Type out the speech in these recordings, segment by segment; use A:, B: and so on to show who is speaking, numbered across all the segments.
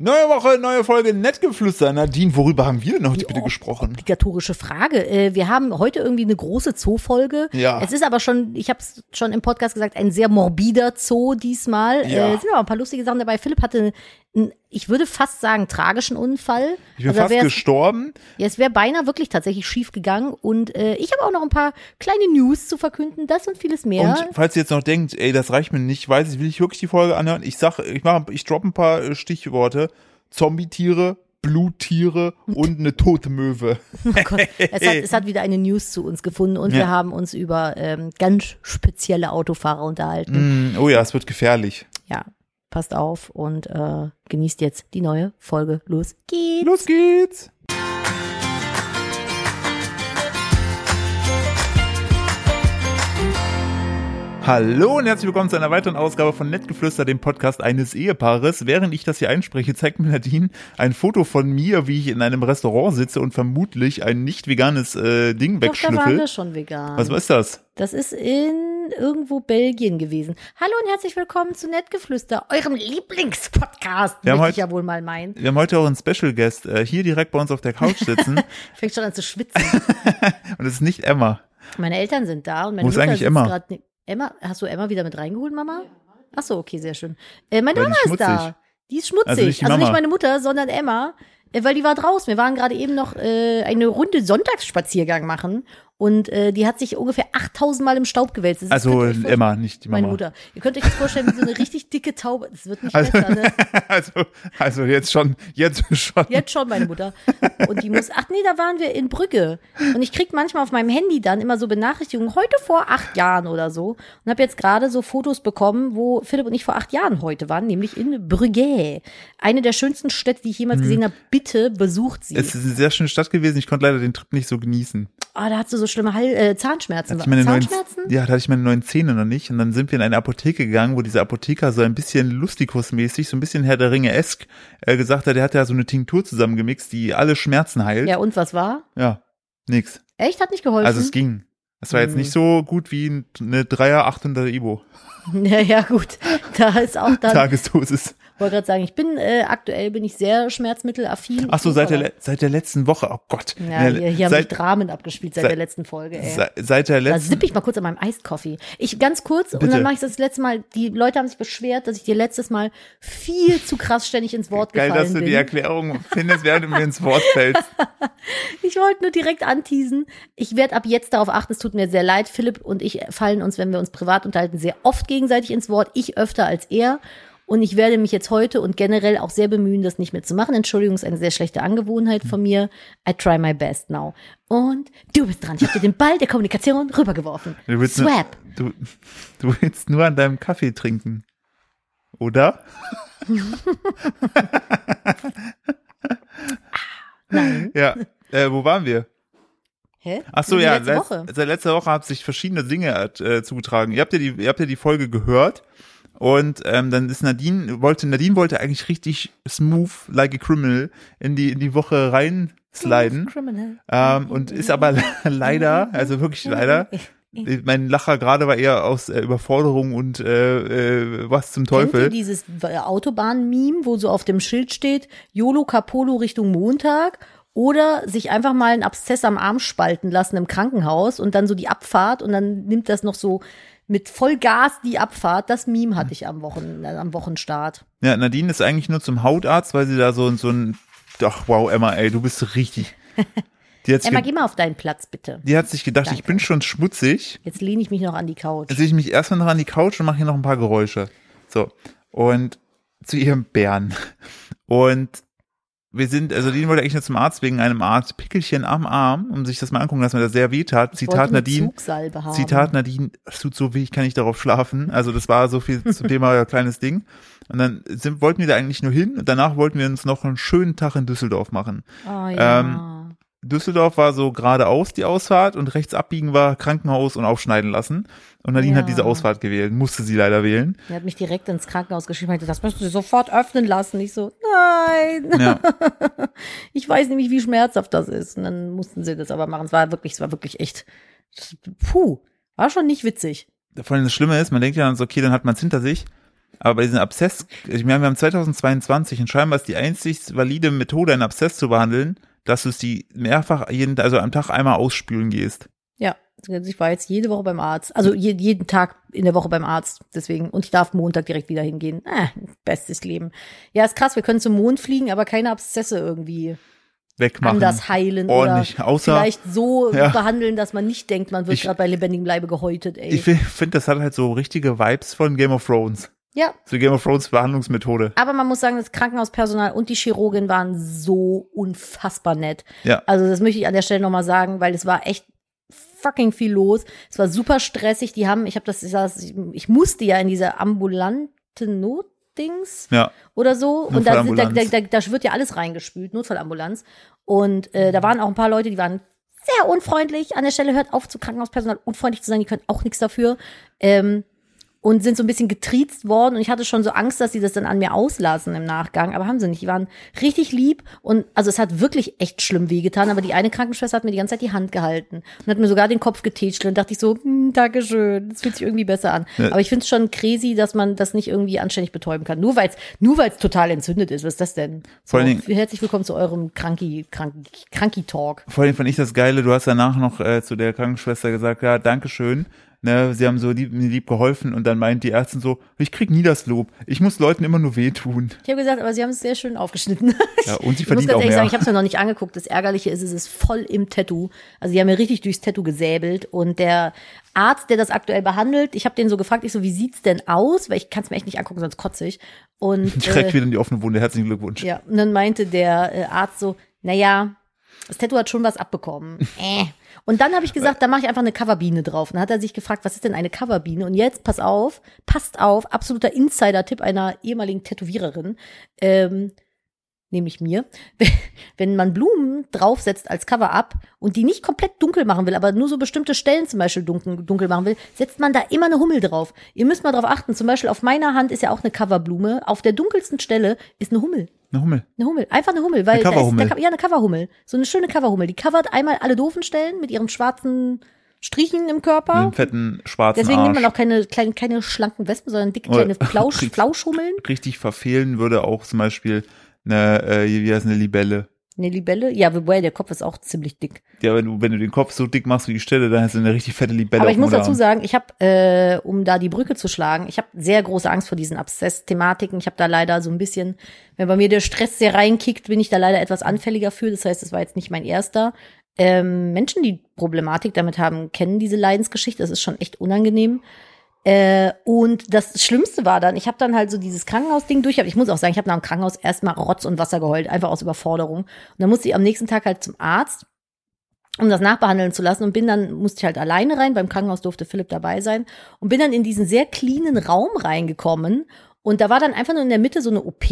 A: Neue Woche, neue Folge Nettgeflüster. Nadine, worüber haben wir denn heute bitte gesprochen?
B: Obligatorische Frage. Äh, Wir haben heute irgendwie eine große Zoo-Folge.
A: Ja.
B: Es ist aber schon, ich habe es schon im Podcast gesagt, ein sehr morbider Zoo diesmal.
A: Ja.
B: Äh, es sind aber ein paar lustige Sachen dabei. Philipp hatte, einen, ich würde fast sagen, tragischen Unfall.
A: Ich bin
B: Also da
A: fast
B: wär's-
A: gestorben.
B: ja, es wäre beinahe wirklich tatsächlich schief gegangen. Und äh, ich habe auch noch ein paar kleine News zu verkünden, das und vieles mehr.
A: Und falls ihr jetzt noch denkt, ey, das reicht mir nicht, weiß ich, will ich wirklich die Folge anhören? Ich sag, ich mache, ich droppe ein paar äh, Stichworte. Zombie-Tiere, Bluttiere und eine tote Möwe.
B: Oh Es hat, es hat wieder eine News zu uns gefunden und
A: Ja.
B: wir haben uns über ähm, ganz spezielle Autofahrer unterhalten.
A: Hm, oh ja, es wird gefährlich.
B: Ja, passt auf und äh, genießt jetzt die neue Folge. Los geht's.
A: Los geht's! Hallo und herzlich willkommen zu einer weiteren Ausgabe von Nettgeflüster, dem Podcast eines Ehepaares. Während ich das hier einspreche, zeigt mir Nadine ein Foto von mir, wie ich in einem Restaurant sitze und vermutlich ein nicht veganes äh, Ding
B: Doch, da waren
A: wegschnüffel.
B: wir schon vegan.
A: Was ist das?
B: Das ist in irgendwo Belgien gewesen. Hallo und herzlich willkommen zu Nettgeflüster, eurem Lieblingspodcast,
A: Wir haben
B: möchte ich
A: heute-
B: ja wohl mal meinen.
A: Wir haben heute auch einen Special Guest äh, hier direkt bei uns auf der Couch sitzen
B: Fängt schon an zu schwitzen.
A: und es ist nicht Emma.
B: Meine Eltern sind da und meine
A: Wo ist
B: Mutter
A: eigentlich
B: sitzt
A: Emma?
B: grad ne- Emma, hast du Emma wieder mit reingeholt, Mama? Ach so, okay, sehr schön. Äh, meine
A: Weil die
B: Mama ist
A: schmutzig.
B: da. Die ist schmutzig.
A: Also nicht die Mama.
B: meine Mutter, sondern Emma, äh, weil die war draußen. Wir waren gerade eben noch äh, eine Runde Sonntagsspaziergang machen und äh, die hat sich ungefähr 8000 Mal im Staub gewälzt. Das ist-
A: Also
B: könnt ihr euch vorstellen-
A: Emma, nicht die Mama.
B: Meine Mutter. Ihr könnt euch das vorstellen, wie so eine richtig dicke Taube. Das wird nicht
A: Also-
B: besser, ne?
A: Also, also jetzt schon, jetzt schon.
B: Jetzt schon meine Mutter. Und die muss, ach nee, da waren wir in Brügge. Und ich krieg manchmal auf meinem Handy dann immer so Benachrichtigungen, heute vor acht Jahren oder so. Und habe jetzt gerade so Fotos bekommen, wo Philipp und ich vor acht Jahren heute waren, nämlich in Brügge. Eine der schönsten Städte, die ich jemals gesehen habe. Bitte besucht sie.
A: Hm. Es ist eine sehr schöne Stadt gewesen. Ich konnte leider den Trip nicht so genießen.
B: Ah, da hast du so schlimme Hall äh, Zahnschmerzen.
A: Hatte ich meine neuen,
B: Zahnschmerzen?
A: ja, da hatte ich meine neuen Zähne noch nicht. Und dann sind wir in eine Apotheke gegangen, wo dieser Apotheker so ein bisschen Lustikus-mäßig, so ein bisschen Herr der Ringe-esk, äh, gesagt hat, er hat ja so eine Tinktur zusammengemixt, die alle Schmerzen heilt.
B: Ja, und was war?
A: Ja, nix.
B: Echt? Hat nicht geholfen?
A: Also es ging. Es war jetzt
B: Hm.
A: nicht so gut wie ein- eine 3er 800 Ibo.
B: ja, ja, gut. Da ist auch dann,
A: Tagesdosis.
B: wollte gerade sagen, ich bin äh, aktuell bin ich sehr schmerzmittelaffin.
A: Ach so, seit der,
B: Aber-
A: le- seit der letzten Woche. Oh Gott.
B: Ja,
A: In der-
B: hier, hier haben sich
A: seit,
B: Dramen abgespielt seit,
A: seit-
B: der letzten Folge, ey.
A: se- seit der
B: Da
A: letzten
B: sippe ich mal kurz an meinem Eiskoffee. Ich ganz kurz und
A: Bitte.
B: dann mache ich das letzte Mal. Die Leute haben sich beschwert, dass ich dir letztes Mal viel zu krass ständig ins Wort
A: Geil,
B: gefallen
A: dass du
B: bin.
A: die Erklärung findest, während du mir ins Wort fällst.
B: Ich wollte nur direkt anteasen. Ich werde ab jetzt darauf achten, es tut mir sehr leid. Philipp und ich fallen uns, wenn wir uns privat unterhalten, sehr oft gegenseitig ins Wort. Ich öfter als er. Und ich werde mich jetzt heute und generell auch sehr bemühen, das nicht mehr zu machen. Entschuldigung, ist eine sehr schlechte Angewohnheit von mir. I try my best now. Und du bist dran. Ich habe dir den Ball der Kommunikation rübergeworfen.
A: Du willst, nur,
B: Swap.
A: du, du willst nur an deinem Kaffee trinken. Oder?
B: Ah, Nein.
A: Ja. Äh, wo waren wir?
B: Hä?
A: Ach so,
B: Die
A: ja.
B: Letzte
A: letz-
B: Woche.
A: Seit letzter Woche haben sich verschiedene Dinge äh, zugetragen. Ihr habt ja die, ihr habt ja die Folge gehört. Und ähm, dann ist Nadine, wollte, Nadine wollte eigentlich richtig smooth, like a criminal, in die, in die Woche reinsliden.
B: Criminal.
A: Ähm, und ist aber le- leider, also wirklich leider, mein Lacher gerade war eher aus äh, Überforderung und äh, äh, was zum
B: Kennt ihr
A: Teufel.
B: dieses Autobahn-Meme, wo so auf dem Schild steht, YOLO Capolo Richtung Montag? Oder sich einfach mal einen Abszess am Arm spalten lassen im Krankenhaus und dann so die Abfahrt und dann nimmt das noch so mit Vollgas die Abfahrt. Das Meme hatte ich am, Wochen, äh, am Wochenstart.
A: Ja, Nadine ist eigentlich nur zum Hautarzt, weil sie da so, so ein, ach wow, Emma, ey, du bist richtig. Die hat sich,
B: Emma,
A: ge-
B: geh mal auf deinen Platz, bitte.
A: die hat sich gedacht, ich
B: Danke.
A: bin schon schmutzig,
B: Jetzt lehne ich mich noch an die Couch.
A: dann sehe ich mich erstmal noch an die Couch und mache hier noch ein paar Geräusche. So, und zu ihrem Bären. Und wir sind, also Nadine wollte eigentlich nur zum Arzt wegen einem Art Pickelchen am Arm, um sich das mal angucken, dass mir das sehr weh tat.
B: Ich wollte
A: Zitat
B: eine
A: Nadine,
B: Zugsalbe haben.
A: Zitat Nadine, es tut so weh, ich kann nicht darauf schlafen. Also das war so viel zum Thema ja, kleines Ding. Und dann sind, wollten wir da eigentlich nur hin. Und danach wollten wir uns noch einen schönen Tag in Düsseldorf machen.
B: Oh, ja.
A: ähm, Düsseldorf war so geradeaus die Ausfahrt und rechts abbiegen war Krankenhaus und aufschneiden lassen. Und Nadine
B: Ja.
A: hat diese Ausfahrt gewählt, musste sie leider wählen.
B: Er hat mich direkt ins Krankenhaus geschrieben, meinte, das müssen Sie sofort öffnen lassen. Ich so, nein,
A: Ja.
B: ich weiß nämlich, wie schmerzhaft das ist. Und dann mussten sie das aber machen. Es war wirklich, es war wirklich echt, puh, war schon nicht witzig.
A: Vor allem das Schlimme ist, man denkt ja dann so, okay, dann hat man es hinter sich. Aber bei diesen Abszess, ich meine, wir haben 2022 und scheinbar ist die einzig valide Methode, einen Abszess zu behandeln, dass du es die mehrfach jeden, also am Tag einmal ausspülen gehst.
B: Ja, also ich war jetzt jede Woche beim Arzt. Also je, jeden Tag in der Woche beim Arzt. Deswegen. Und ich darf Montag direkt wieder hingehen. Ah, bestes Leben. Ja, ist krass. Wir können zum Mond fliegen, aber keine Abszesse irgendwie
A: Wegmachen.
B: anders heilen
A: Ordentlich.
B: oder
A: Außer-
B: vielleicht so
A: Oh, Ja.
B: behandeln, dass man nicht denkt, man wird
A: Ich-
B: gerade bei lebendigem Leibe gehäutet, ey.
A: Ich finde, das hat halt so richtige Vibes von Game of Thrones.
B: ja,
A: So Game of Thrones Behandlungsmethode.
B: aber man muss sagen, das Krankenhauspersonal und die Chirurgin waren so unfassbar nett.
A: Ja.
B: Also das möchte ich an der Stelle nochmal sagen, weil es war echt fucking viel los. Es war super stressig. Die haben, ich habe das, ich, saß, ich, ich musste ja in diese ambulante Notdings
A: Ja.
B: oder so. Und da, sind- da, da,
A: Notfallambulanz.
B: da, da wird ja alles reingespült, Notfallambulanz. Und äh, da waren auch ein paar Leute, die waren sehr unfreundlich. An der Stelle hört auf, zu Krankenhauspersonal unfreundlich zu sein. Die können auch nichts dafür. Ähm, und sind so ein bisschen getriezt worden. Und ich hatte schon so Angst, dass sie das dann an mir auslassen im Nachgang. Aber haben sie nicht. Die waren richtig lieb. Und also es hat wirklich echt schlimm wehgetan. Aber die eine Krankenschwester hat mir die ganze Zeit die Hand gehalten und hat mir sogar den Kopf getätschelt. Und dachte ich so, hm, Dankeschön. Das fühlt sich irgendwie besser an.
A: Ja.
B: Aber ich finde es schon crazy, dass man das nicht irgendwie anständig betäuben kann. Nur weil es nur weil's total entzündet ist. Was ist das denn?
A: Vor allen
B: so, herzlich willkommen zu eurem Kranki, Kranki, Kranki Talk.
A: Vor allem fand ich das Geile, du hast danach noch äh, zu der Krankenschwester gesagt, ja, Dankeschön. Ne, sie haben so lieb, mir lieb geholfen und dann meint die Ärztin so, ich krieg nie das Lob. Ich muss Leuten immer nur wehtun.
B: Ich habe gesagt, aber sie haben es sehr schön aufgeschnitten.
A: Ja, und sie
B: Ich muss
A: verdient
B: ganz
A: auch
B: ehrlich
A: mehr.
B: sagen, ich habe es mir noch nicht angeguckt. Das Ärgerliche ist, es ist voll im Tattoo. Also die haben mir richtig durchs Tattoo gesäbelt. Und der Arzt, der das aktuell behandelt, ich habe den so gefragt, ich so, wie sieht's denn aus? Weil ich kann es mir echt nicht angucken, sonst kotze ich. Und
A: Direkt
B: äh,
A: wieder in die offene Wunde. Herzlichen Glückwunsch.
B: ja, und dann meinte der äh, Arzt so, naja, das Tattoo hat schon was abbekommen. Äh. Und dann habe ich gesagt, da mache ich einfach eine Coverbiene drauf. Und dann hat er sich gefragt, was ist denn eine Coverbiene? Und jetzt, pass auf, passt auf, absoluter Insider-Tipp einer ehemaligen Tätowiererin, ähm, nämlich mir. Wenn man Blumen draufsetzt als Cover-up und die nicht komplett dunkel machen will, aber nur so bestimmte Stellen zum Beispiel dunkel, dunkel machen will, setzt man da immer eine Hummel drauf. Ihr müsst mal drauf achten. Zum Beispiel auf meiner Hand ist ja auch eine Coverblume. Auf der dunkelsten Stelle ist eine Hummel.
A: Eine Hummel.
B: Eine Hummel, einfach eine Hummel, weil
A: Eine
B: da ist,
A: Coverhummel.
B: da, kann- ja eine Coverhummel, so eine schöne Coverhummel, die covert einmal alle doofen Stellen mit ihren schwarzen Strichen im Körper.
A: Mit einem fetten schwarzen
B: Oh. Deswegen
A: Arsch.
B: nimmt man auch keine kleinen, keine schlanken Wespen, sondern dicke
A: Oder-
B: kleine Flausch,
A: Richtig.
B: Flauschhummeln,
A: Richtig verfehlen würde auch zum Beispiel eine, äh, wie heißt eine Libelle.
B: eine Libelle. Ja, wobei der Kopf ist auch ziemlich dick.
A: Ja, wenn du, wenn du den Kopf so dick machst wie die Stelle, dann hast du eine richtig fette Libelle
B: Aber
A: auf
B: ich
A: dem
B: muss dazu
A: Unterarm.
B: sagen, ich habe, äh, um da die Brücke zu schlagen, ich habe sehr große Angst vor diesen Abszess-Thematiken. Ich habe da leider so ein bisschen, wenn bei mir der Stress sehr reinkickt, bin ich da leider etwas anfälliger für. Das heißt, es war jetzt nicht mein erster. Ähm, Menschen, die Problematik damit haben, kennen diese Leidensgeschichte. Das ist schon echt unangenehm. Äh, und das Schlimmste war dann, ich habe dann halt so dieses Krankenhausding durch. Ich muss auch sagen, ich habe nach dem Krankenhaus erstmal Rotz und Wasser geheult, einfach aus Überforderung. Und dann musste ich am nächsten Tag halt zum Arzt um das nachbehandeln zu lassen und bin dann, musste ich halt alleine rein, beim Krankenhaus durfte Philipp dabei sein und bin dann in diesen sehr cleanen Raum reingekommen und da war dann einfach nur in der Mitte so eine OP,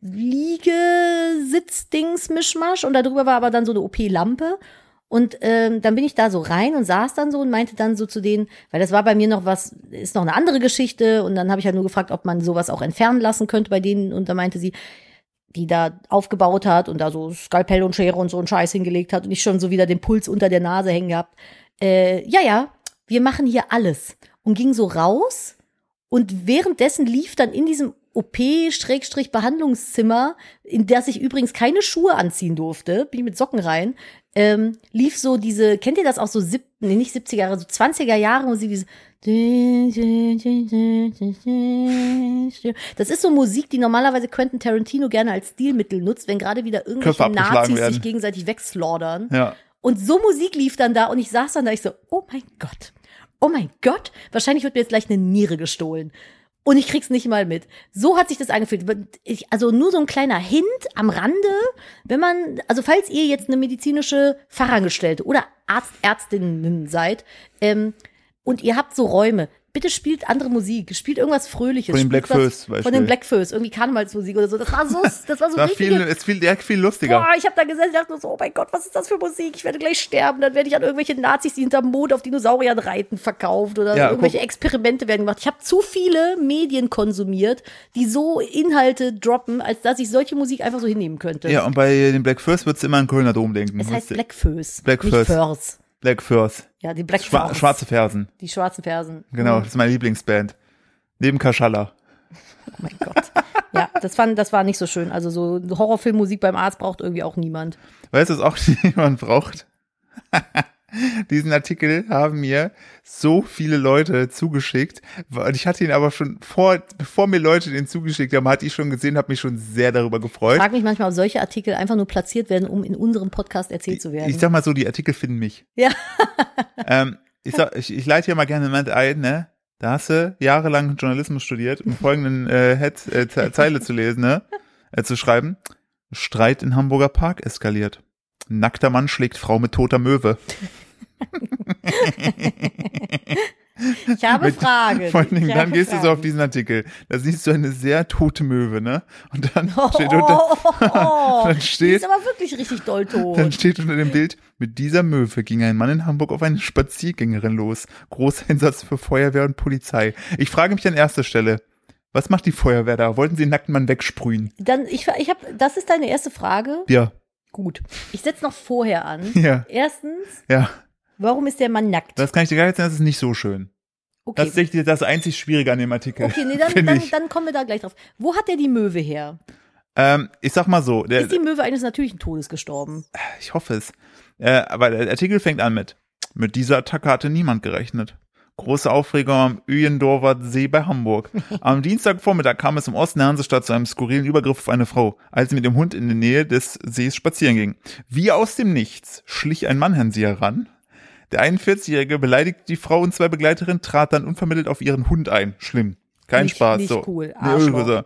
B: Liege, Sitzdings, Mischmasch und darüber war aber dann so eine OP-Lampe und ähm, dann bin ich da so rein und saß dann so und meinte dann so zu denen, weil das war bei mir noch was, ist noch eine andere Geschichte und dann habe ich halt nur gefragt, ob man sowas auch entfernen lassen könnte bei denen und da meinte sie, die da aufgebaut hat und da so Skalpell und Schere und so einen Scheiß hingelegt hat und ich schon so wieder den Puls unter der Nase hängen gehabt. Äh, ja, ja, wir machen hier alles. Und ging so raus und währenddessen lief dann in diesem OP-Behandlungszimmer, in das ich übrigens keine Schuhe anziehen durfte, bin ich mit Socken rein, ähm, lief so diese, kennt ihr das auch so siebten, nee, nicht 70er Jahre, so 20er Jahre Musik, diese das ist so Musik, die normalerweise Quentin Tarantino gerne als Stilmittel nutzt, wenn gerade wieder irgendwelche
A: Köpfe abgeschlagen
B: Nazis
A: werden.
B: sich gegenseitig wegslaudern.
A: Ja.
B: Und so Musik lief dann da und ich saß dann da, ich so, oh mein Gott, oh mein Gott, wahrscheinlich wird mir jetzt gleich eine Niere gestohlen. Und ich krieg's nicht mal mit. So hat sich das angefühlt. Ich, also nur so ein kleiner Hint am Rande, wenn man, also falls ihr jetzt eine medizinische Fachangestellte oder Arzt, Ärztinnen seid, ähm, und ihr habt so Räume, bitte spielt andere Musik, spielt irgendwas Fröhliches.
A: Von den
B: spielt
A: Black
B: was-
A: Fues zum Beispiel.
B: Von den Black Fues, irgendwie Karnevalsmusik oder so. Das war so, das war so
A: War
B: richtige
A: viel, ist viel, ja, viel lustiger.
B: Boah, ich habe da gesessen und dachte nur so, oh mein Gott, was ist das für Musik? Ich werde gleich sterben. Dann werde ich an irgendwelche Nazis, die hinterm Mond auf Dinosauriern reiten, verkauft oder
A: Ja,
B: irgendwelche
A: guck.
B: Experimente werden gemacht. Ich habe zu viele Medien konsumiert, die so Inhalte droppen, als dass ich solche Musik einfach so hinnehmen könnte.
A: Ja, und bei den Black First würdest du immer an Kölner Dom denken.
B: es heißt
A: Weißt du?
B: Black Fös,
A: Black
B: nicht
A: Fös.
B: Förs.
A: Black First.
B: Ja, die Black
A: Schwa
B: Förs.
A: Schwarze Fersen.
B: Die schwarzen Fersen.
A: Genau, das ist meine Lieblingsband. Neben Kaschalla.
B: Oh mein Gott. Ja, das, fand, das war nicht so schön. Also so Horrorfilmmusik beim Arzt braucht irgendwie auch niemand.
A: Weißt du, was auch jemand braucht? Diesen Artikel haben mir so viele Leute zugeschickt. Und ich hatte ihn aber schon vor, bevor mir Leute den zugeschickt haben, hatte ich schon gesehen, habe mich schon sehr darüber gefreut.
B: Frag mich manchmal, ob solche Artikel einfach nur platziert werden, um in unserem Podcast erzählt zu werden.
A: Ich sag mal so, die Artikel finden mich.
B: Ja.
A: ähm, ich, sag, ich, ich leite hier mal gerne jemand ein, ne? Da hast du jahrelang Journalismus studiert, um folgenden äh, Head, äh, Ze- Zeile zu lesen, ne? Äh, zu schreiben. Streit in Hamburger Park eskaliert. Nackter Mann schlägt Frau mit toter Möwe.
B: ich habe
A: Mit-
B: Fragen.
A: Vor allen Dingen,
B: ich
A: dann
B: habe
A: gehst du so auf
B: Fragen.
A: diesen Artikel. Da siehst du eine sehr tote Möwe, ne? Und dann steht
B: Oh,
A: unter,
B: oh, oh, oh, oh.
A: Dann
B: Die
A: steht-
B: ist aber wirklich richtig doll tot.
A: dann steht unter
B: äh,
A: dem Bild, mit dieser Möwe ging ein Mann in Hamburg auf eine Spaziergängerin los. Großeinsatz für Feuerwehr und Polizei. Ich frage mich an erster Stelle, was macht die Feuerwehr da? Wollten sie den nackten Mann wegsprühen?
B: Dann, ich, ich habe, das ist deine erste Frage.
A: Ja,
B: Gut. Ich setze noch vorher an.
A: ja,
B: Erstens,
A: ja.
B: warum ist der Mann nackt?
A: Das kann ich dir gar nicht sagen, das ist nicht so schön. Das ist
B: okay.
A: echt das einzig Schwierige an dem Artikel.
B: Okay, nee, dann,
A: finde
B: dann,
A: ich.
B: dann kommen wir da gleich drauf. Wo hat der die Möwe her?
A: Ähm, ich sag mal so, der,
B: Ist die Möwe eines natürlichen Todes gestorben?
A: ich hoffe es. Äh, aber der Artikel fängt an mit, mit dieser Attacke hatte niemand gerechnet. Große Aufregung am Uyendorfer See bei Hamburg. Am Dienstagvormittag kam es im Osten der Hansestadt zu einem skurrilen Übergriff auf eine Frau, als sie mit dem Hund in der Nähe des Sees spazieren ging. Wie aus dem Nichts schlich ein Mann an sie heran. Der 41-Jährige beleidigte die Frau und zwei Begleiterinnen, trat dann unvermittelt auf ihren Hund ein. Schlimm. Kein
B: Nicht-
A: Spaß.
B: nicht
A: so.
B: cool.
A: Nee,
B: Arschloch.
A: also,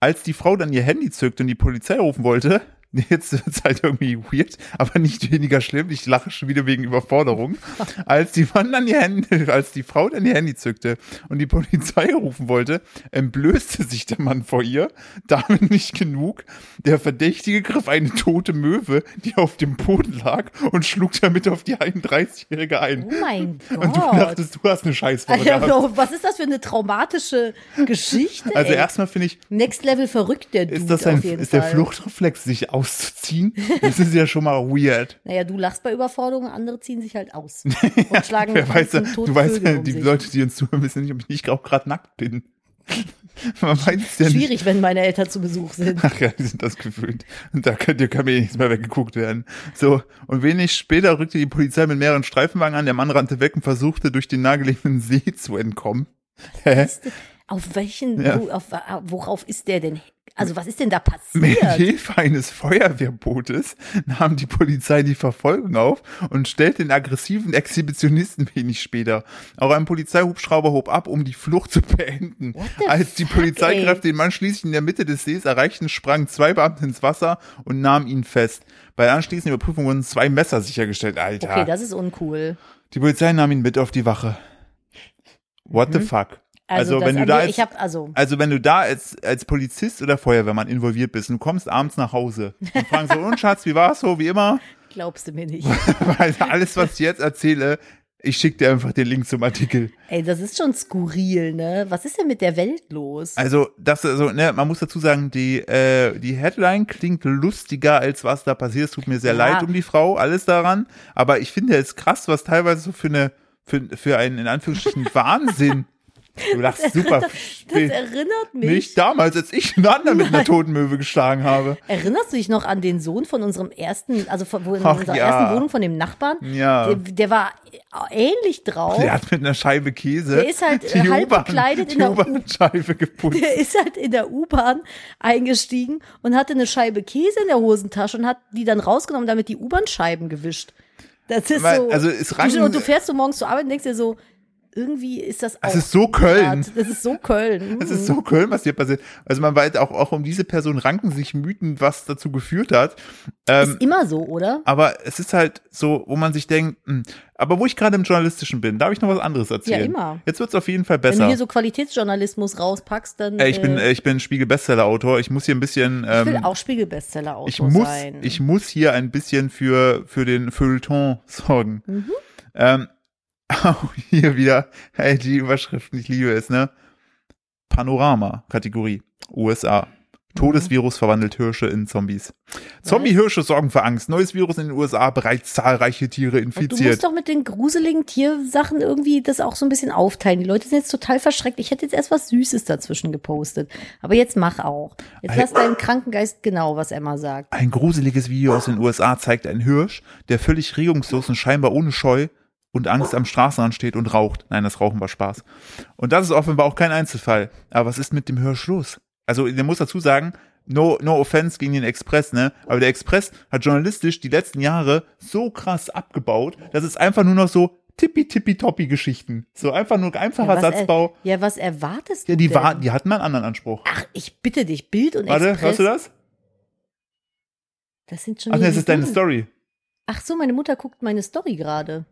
A: als die Frau dann ihr Handy zückte und die Polizei rufen wollte, jetzt wird's halt irgendwie weird, aber nicht weniger schlimm, ich lache schon wieder wegen Überforderung, als die Mann dann ihr Handy, als die Frau dann ihr Handy zückte und die Polizei rufen wollte, entblößte sich der Mann vor ihr, damit nicht genug, der Verdächtige griff eine tote Möwe, die auf dem Boden lag und schlug damit auf die 31-Jährige ein.
B: Oh mein
A: Und du
B: Gott.
A: dachtest, du hast eine Scheißwoche gehabt.
B: Alter, Bro, was ist das für eine traumatische Geschichte?
A: Also
B: ey?
A: erstmal finde ich,
B: Next Level verrückt der Dude
A: Ist das ein,
B: auf jeden
A: ist
B: Fall.
A: der Fluchtreflex, sich auszuziehen? Das ist ja schon mal weird.
B: Naja, du lachst bei Überforderungen, andere ziehen sich halt aus und schlagen
A: Wer
B: mit
A: weiß,
B: ganzen toten
A: du weißt,
B: Vögeln um
A: die
B: sich.
A: Leute, die uns zuhören, wissen nicht, ob ich nicht auch gerade nackt bin. Man weiß es ja nicht.
B: Schwierig, wenn meine Eltern zu Besuch sind.
A: Ach ja, die sind das gewöhnt. Und da könnt ihr, kann mir nichts mehr weggeguckt werden. So. Und wenig später rückte die Polizei mit mehreren Streifenwagen an. Der Mann rannte weg und versuchte, durch den nahegelegenen See zu entkommen. Hä?
B: Auf welchen,
A: Ja.
B: wo- auf, worauf ist der denn? Also was ist denn da
A: Mit
B: passiert?
A: Hilfe eines Feuerwehrbootes nahm die Polizei die Verfolgung auf und stellte den aggressiven Exhibitionisten wenig später. Auch ein Polizeihubschrauber hob ab, um die Flucht zu beenden.
B: the
A: Als die
B: fuck,
A: Polizeikräfte den Mann schließlich in der Mitte des Sees erreichten, sprangen zwei Beamte ins Wasser und nahmen ihn fest. Bei der anschließenden Überprüfung wurden zwei Messer sichergestellt. Alter.
B: Okay, das ist uncool.
A: die Polizei nahm ihn mit auf die Wache. What the fuck?
B: Also, das,
A: wenn du da
B: also
A: als,
B: ich habe also
A: also wenn du da als, als Polizist oder Feuerwehrmann involviert bist und kommst abends nach Hause und fragen so, und Schatz, wie war's so, wie immer?
B: glaubst du mir nicht.
A: Weil alles, was ich jetzt erzähle, ich schicke dir einfach den Link zum Artikel.
B: Ey, das ist schon skurril, ne? Was ist denn mit der Welt los?
A: Also, das, also, ne, man muss dazu sagen, die, äh, die Headline klingt lustiger, als was da passiert. Es tut mir sehr
B: Ja.
A: leid um die Frau, alles daran. Aber ich finde es krass, was teilweise so für eine, für, für einen, in Anführungsstrichen, Wahnsinn. Du lachst super.
B: Das erinnert mich.
A: Nicht damals, als ich einen anderen mit einer toten Möwe geschlagen habe.
B: Erinnerst du dich noch an den Sohn von unserem ersten, also von, wo in
A: Ach,
B: unserer
A: ja.
B: ersten Wohnung von dem Nachbarn?
A: Ja.
B: Der, der war ähnlich drauf.
A: Der hat mit einer Scheibe Käse.
B: Der ist halt, äh, halb
A: U-Bahn-
B: bekleidet
A: die
B: in der U-
A: U-Bahn-Scheibe geputzt.
B: Der ist halt in der U-Bahn eingestiegen und hatte eine Scheibe Käse in der Hosentasche und hat die dann rausgenommen, und damit die U-Bahn-Scheiben gewischt. Das ist
A: Weil-
B: so.
A: also es ranken-
B: du, und du fährst so morgens zur Arbeit und denkst dir so, irgendwie ist das auch.
A: Das ist so Köln.
B: Das ist so Köln. Mm.
A: Das ist so Köln, was hier passiert. Also man weiß auch, auch um diese Person ranken sich Mythen, was dazu geführt hat. ähm,
B: ist immer so, oder?
A: Aber es ist halt so, wo man sich denkt, hm, aber wo ich gerade im Journalistischen bin, darf ich noch was anderes erzählen?
B: Ja, immer.
A: Jetzt wird's auf jeden Fall
B: Wenn du
A: besser.
B: hier so Qualitätsjournalismus rauspackst, dann.
A: äh, ich bin, äh, ich bin Spiegel-Bestseller-Autor. Ich muss hier ein bisschen,
B: ich will
A: ähm,
B: auch Spiegelbestseller
A: ich
B: autor
A: muss,
B: sein.
A: ich muss hier ein bisschen für, für den Feuilleton sorgen.
B: Mhm.
A: Ähm, auch hier wieder, hey, die Überschriften, ich liebe es, ne? Panorama-Kategorie, USA.
B: Mhm.
A: Todesvirus verwandelt Hirsche in Zombies. Zombie-Hirsche sorgen für Angst. Neues Virus in den USA bereits zahlreiche Tiere
B: Und du musst
A: infiziert.
B: doch mit den gruseligen Tiersachen irgendwie das auch so ein bisschen aufteilen. Die Leute sind jetzt total verschreckt. Ich hätte jetzt erst was Süßes dazwischen gepostet. Aber jetzt mach auch. Jetzt
A: Ei.
B: lass deinen Krankengeist genau, was Emma sagt.
A: Ein gruseliges Video aus den USA zeigt einen Hirsch, der völlig regungslos und scheinbar ohne Scheu und Angst am Straßenrand steht und raucht. Nein, das Rauchen war Spaß. Und das ist offenbar auch kein Einzelfall. Aber was ist mit dem Hirsch los? Also, der muss dazu sagen, no, no offense gegen den Express, ne? Aber der Express hat journalistisch die letzten Jahre so krass abgebaut, dass es einfach nur noch so tippi-tippi-toppi-Geschichten. So einfach nur einfacher
B: was, äh,
A: Satzbau.
B: Er, ja, was erwartest
A: Ja,
B: du
A: die,
B: denn?
A: war, die hatten mal einen anderen Anspruch.
B: Ach, ich bitte dich, Bild und
A: Warte,
B: Express.
A: hörst du das?
B: Das sind schon
A: Ach nee,
B: wieder
A: es
B: die
A: ist deine
B: Sachen.
A: Story.
B: Ach so, meine Mutter guckt meine Story gerade.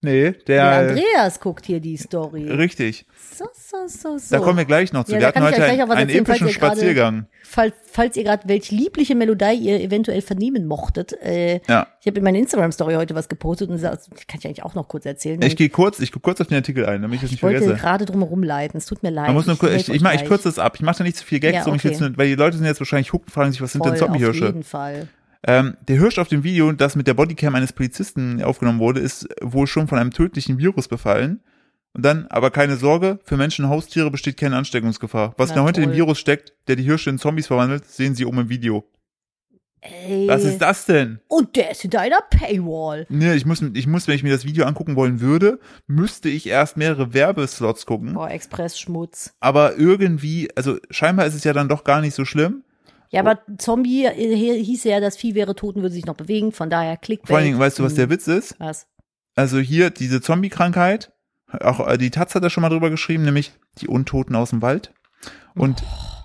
A: Nee,
B: Der
A: der.
B: Andreas guckt hier die Story.
A: Richtig.
B: So, so, so, Hm. so.
A: Da kommen wir gleich noch zu.
B: Ja,
A: wir
B: da
A: hatten
B: kann ich
A: heute
B: euch gleich
A: einen,
B: auch was
A: einen
B: erzählen, falls
A: epischen
B: ihr gerade-
A: Spaziergang.
B: falls, falls ihr gerade welche liebliche Melodie ihr eventuell vernehmen mochtet. Äh,
A: Ja.
B: Ich habe in meiner Instagram-Story heute was gepostet und gesagt, das kann ich eigentlich auch noch kurz erzählen.
A: Ich gehe kurz, ich gucke kurz auf den Artikel ein, damit ich das
B: Hm. ich
A: nicht
B: wollte
A: vergesse.
B: gerade drum herumleiten, es tut mir leid.
A: Man muss nur kurz, ich,
B: helf
A: ich, mach, ich
B: euch
A: kürze das ab. Ich mache da nicht zu viel Gags,
B: Ja,
A: sondern ich
B: okay.
A: jetzt nur- weil die Leute sind jetzt wahrscheinlich hooked, fragen sich, was sind
B: voll,
A: denn
B: Auf
A: Zombiehirsche?
B: jeden Fall.
A: Ähm, der Hirsch auf dem Video, das mit der Bodycam eines Polizisten aufgenommen wurde, ist wohl schon von einem tödlichen Virus befallen. Und dann, aber keine Sorge, für Menschen und Haustiere besteht keine Ansteckungsgefahr. Was
B: Na
A: genau hinter dem
B: toll.
A: Virus steckt, der die Hirsche in Zombies verwandelt, sehen Sie oben im Video.
B: Ey.
A: Was ist das denn?
B: Und der ist hinter einer Paywall.
A: Nee, Ne, ich muss, ich muss, wenn ich mir das Video angucken wollen würde, müsste ich erst mehrere Werbeslots gucken.
B: Boah, Express-Schmutz.
A: Aber irgendwie, also scheinbar ist es ja dann doch gar nicht so schlimm.
B: Ja, aber Zombie äh, hieß ja, das Vieh wäre tot und würde sich noch bewegen, von daher Clickbait. Hm.
A: Vor allen Dingen, weißt du, was der Witz ist?
B: Was?
A: Also hier diese Zombie-Krankheit, auch äh, die Taz hat da schon mal drüber geschrieben, nämlich die Untoten aus dem Wald. Und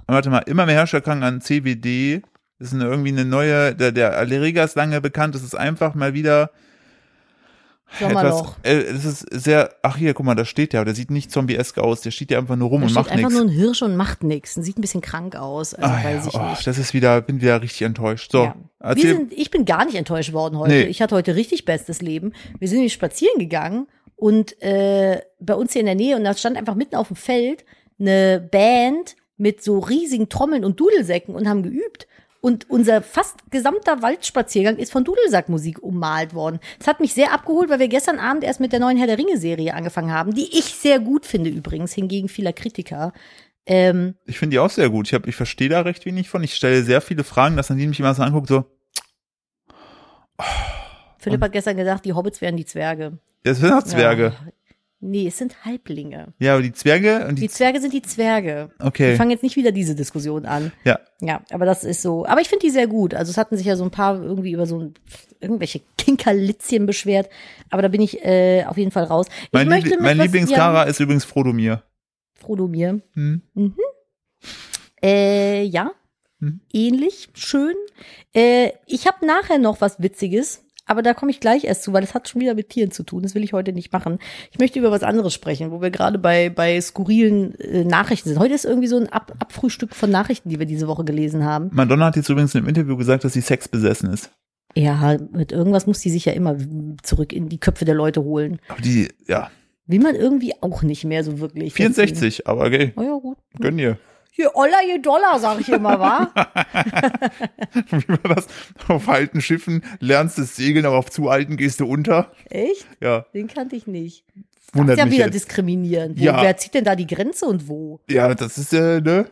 A: warte mal, immer mehr Herrscher kranken an CBD. Das ist eine, irgendwie eine neue, der, der Allergiker ist lange bekannt, das ist einfach mal wieder
B: Sommerloch.
A: etwas, äh, das ist sehr, ach hier, guck mal, da steht der, der sieht nicht zombie-esk aus, der steht ja einfach nur rum
B: Da
A: und
B: steht
A: macht
B: einfach
A: nichts.
B: nur ein Hirsch und macht nichts. Und sieht ein bisschen krank aus. Also
A: Ah,
B: weiß
A: ja,
B: ich
A: oh,
B: nicht.
A: das ist wieder, bin wieder richtig enttäuscht. So,
B: Ja. Wir
A: erzähl.
B: sind, ich bin gar nicht enttäuscht worden heute.
A: Nee.
B: Ich hatte heute richtig bestes Leben. Wir sind nämlich spazieren gegangen und äh, bei uns hier in der Nähe und da stand einfach mitten auf dem Feld eine Band mit so riesigen Trommeln und Dudelsäcken und haben geübt. Und unser fast gesamter Waldspaziergang ist von Dudelsackmusik ummalt worden. Das hat mich sehr abgeholt, weil wir gestern Abend erst mit der neuen Herr der Ringe-Serie angefangen haben, die ich sehr gut finde übrigens, hingegen vieler Kritiker. Ähm,
A: Ich finde die auch sehr gut. Ich, hab- ich verstehe da recht wenig von. Ich stelle sehr viele Fragen, dass Nadine mich immer so anguckt, so,
B: Philipp hat gestern gesagt, die Hobbits wären die Zwerge.
A: das sind auch Zwerge.
B: Ja. Nee, es sind Halblinge.
A: Ja, aber die Zwerge und die,
B: Die Zwerge sind die Zwerge. Wir
A: okay.
B: fangen jetzt nicht wieder diese Diskussion an.
A: Ja,
B: Ja, aber das ist so. Aber ich finde die sehr gut. Also es hatten sich ja so ein paar irgendwie über so ein, irgendwelche Kinkerlitzchen beschwert. Aber da bin ich äh, auf jeden Fall raus. Ich
A: mein,
B: möchte
A: Liebli
B: mit
A: mein
B: was-
A: Lieblingskara ist übrigens Frodo mir.
B: Ja, Frodo mir.
A: Hm?
B: Äh, ja.
A: Mhm.
B: Ähnlich. Schön. Äh, ich habe nachher noch was Witziges, aber da komme ich gleich erst zu, weil das hat schon wieder mit Tieren zu tun. Das will ich heute nicht machen. Ich möchte über was anderes sprechen, wo wir gerade bei, bei skurrilen äh, Nachrichten sind. Heute ist irgendwie so ein Ab Abfrühstück von Nachrichten, die wir diese Woche gelesen haben.
A: Madonna hat jetzt übrigens in einem Interview gesagt, dass sie sexbesessen ist.
B: Ja, mit irgendwas muss die sich ja immer zurück in die Köpfe der Leute holen.
A: Aber die, ja,
B: Will man irgendwie auch nicht mehr so wirklich.
A: 64, aber okay,
B: Deswegen- Na ja, gut.
A: gönn dir.
B: Je Oller, je Dollar, sag ich immer, wa?
A: Wie war das? Auf alten Schiffen lernst du segeln, aber auf zu alten gehst du unter.
B: Echt?
A: Ja,
B: Den kannte ich nicht.
A: wundert
B: Das ist
A: mich
B: ja wieder
A: jetzt.
B: diskriminieren. Wo,
A: Ja.
B: Wer zieht denn da die Grenze und wo?
A: Ja, das ist ja, ne?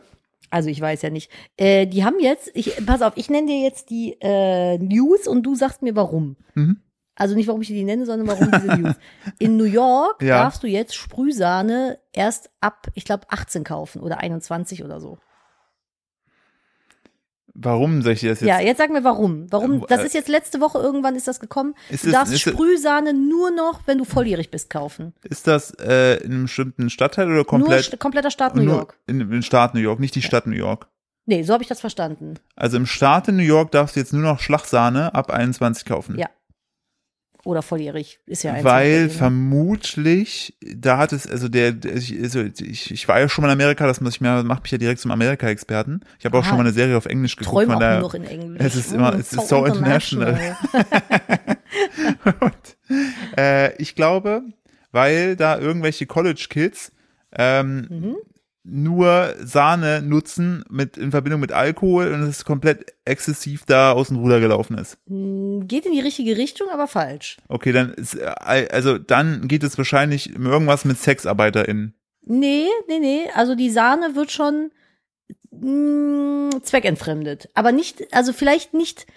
B: Also ich weiß ja nicht. Äh, die haben jetzt, ich, pass auf, ich nenne dir jetzt die äh, News und du sagst mir warum.
A: Mhm.
B: Also nicht, warum ich die nenne, sondern warum diese News. In New York
A: Ja.
B: darfst du jetzt Sprühsahne erst ab, ich glaube, 18 kaufen oder 21 oder so.
A: Warum sag ich dir das jetzt?
B: ja, jetzt sag mir warum. Warum?
A: Ähm,
B: Das
A: äh,
B: ist jetzt letzte Woche irgendwann ist das gekommen.
A: Ist
B: du
A: es-
B: darfst
A: ist es-
B: Sprühsahne nur noch, wenn du volljährig bist, kaufen.
A: Ist das äh, in einem bestimmten Stadtteil oder
B: Nur
A: komplett?
B: st- kompletter Staat New
A: nur
B: York.
A: In, Im Staat New York, nicht die Stadt New York.
B: Nee, so habe ich das verstanden.
A: Also im Staat in New York darfst du jetzt nur noch Schlagsahne ab 21 kaufen.
B: Ja, Oder volljährig ist ja eins.
A: Weil
B: von denen.
A: vermutlich, da hat es, also der, der- ich, also ich, ich war ja schon mal in Amerika, das muss ich mir, macht mich ja direkt zum Amerika-Experten. Ich habe auch
B: Ah.
A: schon mal eine Serie auf Englisch geguckt.
B: träume
A: von
B: auch
A: daher-
B: nur noch in Englisch.
A: Es ist immer-
B: Mm,
A: es ist so international. äh, ich glaube, weil da irgendwelche College-Kids ähm, nur Sahne nutzen mit, in Verbindung mit Alkohol und es komplett exzessiv da aus dem Ruder gelaufen ist.
B: Hm, Geht in die richtige Richtung, aber falsch.
A: Okay, dann ist, äh, also dann geht es wahrscheinlich um irgendwas mit SexarbeiterInnen.
B: Nee, nee, nee. Also die Sahne wird schon mh, zweckentfremdet. Aber nicht, also vielleicht nicht.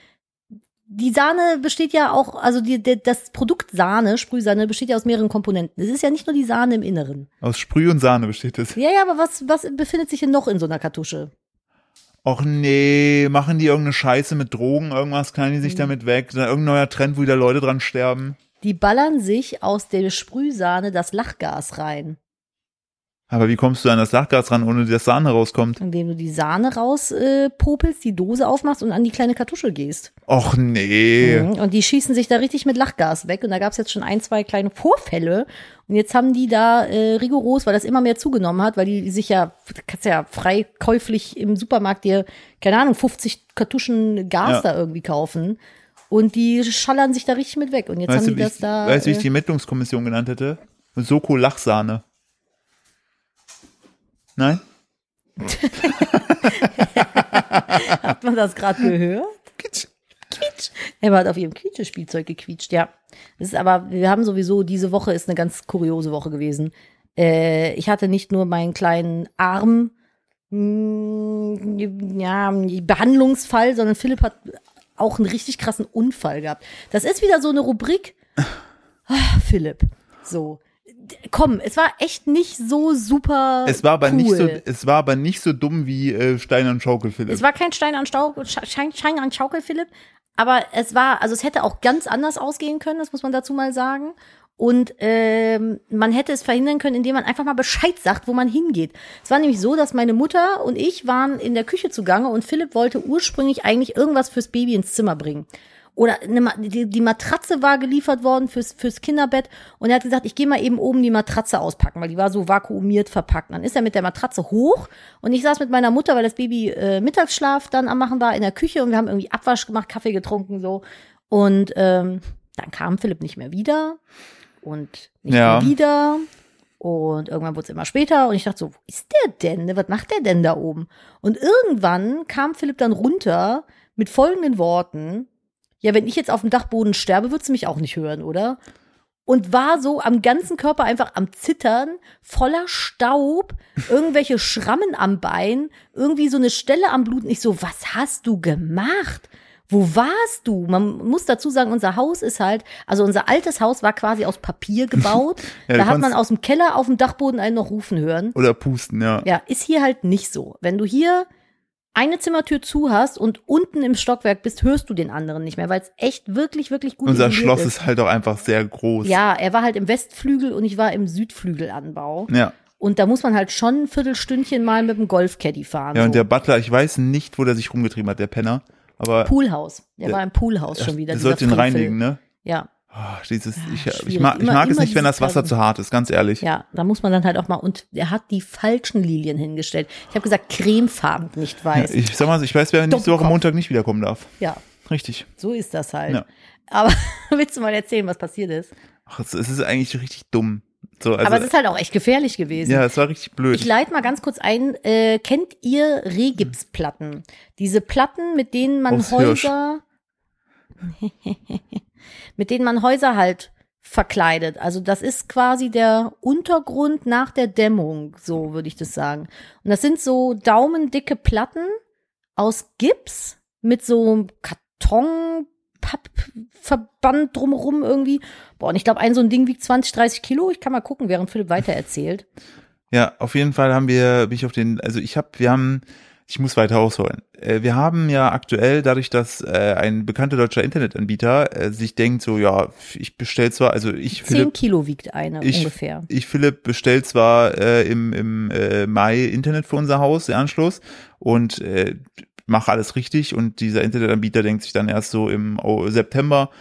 B: Die Sahne besteht ja auch, also die, der- das Produkt Sahne, Sprühsahne, besteht ja aus mehreren Komponenten. Es ist ja nicht nur die Sahne im Inneren.
A: Aus Sprüh und Sahne besteht es.
B: Ja, ja, aber was, was befindet sich denn noch in so einer Kartusche?
A: Och nee, machen die irgendeine Scheiße mit Drogen, irgendwas knallen die sich damit weg, dann irgendein neuer Trend, wo wieder Leute dran sterben.
B: Die ballern sich aus der Sprühsahne das Lachgas rein,
A: Aber wie kommst du an das Lachgas ran, ohne dass Sahne rauskommt?
B: indem du die Sahne rauspopelst, äh, popelst, die Dose aufmachst und an die kleine Kartusche gehst.
A: Och nee.
B: Mhm, Und die schießen sich da richtig mit Lachgas weg. Und da gab es jetzt schon ein, zwei kleine Vorfälle. Und jetzt haben die da äh, rigoros, weil das immer mehr zugenommen hat, weil die sich ja, du kannst ja frei käuflich im Supermarkt dir, keine Ahnung, 50 Kartuschen Gas
A: Ja.
B: da irgendwie kaufen. Und die schallern sich da richtig mit weg. Und jetzt
A: Weißt
B: haben
A: du,
B: die
A: wie
B: das
A: ich,
B: da.
A: weißt, du, wie ich
B: äh,
A: die Ermittlungskommission genannt hätte? Soko Lachsahne. Nein?
B: hat man das gerade gehört?
A: Kitsch.
B: Quietsch. Er hat auf ihrem Quietschespielzeug gequietscht, ja. Das ist aber, wir haben sowieso, diese Woche ist eine ganz kuriose Woche gewesen. Äh, ich hatte nicht nur meinen kleinen Arm, mh, ja, Behandlungsfall, sondern Philipp hat auch einen richtig krassen Unfall gehabt. Das ist wieder so eine Rubrik. Ah, Philipp, so. D- Komm, es war echt nicht so super.
A: Es war aber
B: cool.
A: nicht so, es war aber nicht so dumm wie äh, Stein und Schaukel, Philipp.
B: Es war kein Stein an Stau, Sch- Schein, Schein an Schaukel, Philipp. Aber es war, also es hätte auch ganz anders ausgehen können, das muss man dazu mal sagen. Und ähm, man hätte es verhindern können, indem man einfach mal Bescheid sagt, wo man hingeht. Es war nämlich so, dass meine Mutter und ich waren in der Küche zugange und Philipp wollte ursprünglich eigentlich irgendwas fürs Baby ins Zimmer bringen. Oder eine, Ma- die, die Matratze war geliefert worden fürs, fürs Kinderbett und er hat gesagt, ich gehe mal eben oben die Matratze auspacken, weil die war so vakuumiert verpackt. Dann ist er mit der Matratze hoch und ich saß mit meiner Mutter, weil das Baby äh, Mittagsschlaf dann am Machen war in der Küche und wir haben irgendwie Abwasch gemacht, Kaffee getrunken so und ähm, dann kam Philipp nicht mehr wieder und nicht
A: Ja.
B: mehr wieder und irgendwann wurde es immer später und ich dachte so, wo ist der denn? ne? Was macht der denn da oben? Und irgendwann kam Philipp dann runter mit folgenden Worten. Ja, wenn ich jetzt auf dem Dachboden sterbe, würdest du mich auch nicht hören, oder? Und war so am ganzen Körper einfach am Zittern, voller Staub, irgendwelche Schrammen am Bein, irgendwie so eine Stelle am Blut. Nicht so, was hast du gemacht? Wo warst du? Man muss dazu sagen, unser Haus ist halt, also unser altes Haus war quasi aus Papier gebaut.
A: Ja, du
B: da hat man
A: kannst-
B: aus dem Keller auf dem Dachboden einen noch rufen hören.
A: Oder Pusten, ja.
B: Ja, ist hier halt nicht so. Wenn du hier eine Zimmertür zu hast und unten im Stockwerk bist, hörst du den anderen nicht mehr, weil es echt wirklich, wirklich gut
A: Unser
B: isoliert
A: Schloss ist halt auch einfach sehr groß.
B: Ja, er war halt im Westflügel und ich war im Südflügelanbau.
A: Ja.
B: Und da muss man halt schon ein Viertelstündchen mal mit dem Golfcaddy fahren.
A: Ja,
B: so.
A: und der Butler, ich weiß nicht, wo der sich rumgetrieben hat, der Penner. Aber
B: Poolhaus. Der,
A: Der-
B: war im Poolhaus schon wieder.
A: der
B: dieser
A: sollte ihn
B: Frevel.
A: reinlegen, ne?
B: Ja,
A: Ah, dieses, ich, ich
B: schwierig.
A: mag, ich
B: Immer-
A: mag es
B: immer
A: nicht, wenn
B: dieses
A: das Wasser
B: Treffen.
A: zu hart ist, ganz ehrlich.
B: ja, da muss man dann halt auch mal. Und er hat die falschen Lilien hingestellt. Ich habe gesagt, cremefarben, nicht weiß. Ja,
A: Ich sag mal, ich weiß, wer nächste Woche
B: Doppelkopf.
A: Montag nicht wiederkommen darf. Richtig.
B: so ist das halt.
A: Ja.
B: Aber willst du mal erzählen, was passiert ist?
A: Ach, es es ist eigentlich richtig dumm. So, also,
B: Aber es ist halt auch echt gefährlich gewesen.
A: ja, es war richtig blöd.
B: Ich leite mal ganz kurz ein. Äh, kennt ihr Regipsplatten? Diese Platten, mit denen man
A: Aus Hirsch.
B: Häuser, mit denen man Häuser halt verkleidet. Also das ist quasi der Untergrund nach der Dämmung, so würde ich das sagen. Und das sind so daumendicke Platten aus Gips mit so einem Karton. Pappverband drumrum irgendwie. Boah, und ich glaube, ein so ein Ding wiegt 20, 30 Kilo. Ich kann mal gucken, während Philipp weitererzählt.
A: Ja, auf jeden Fall haben wir, bin ich auf den, also ich habe, wir haben, ich muss weiter ausholen. Äh, Wir haben ja aktuell, dadurch, dass äh, ein bekannter deutscher Internetanbieter äh, sich denkt, so, ja, ich bestell zwar, also ich,
B: 10
A: Philipp,
B: Kilo wiegt eine
A: ich-
B: ungefähr.
A: ich, Philipp, bestell zwar äh, im, im äh, Mai Internet für unser Haus, der Anschluss, und äh, mache alles richtig und dieser Internetanbieter denkt sich dann erst so im oh, September,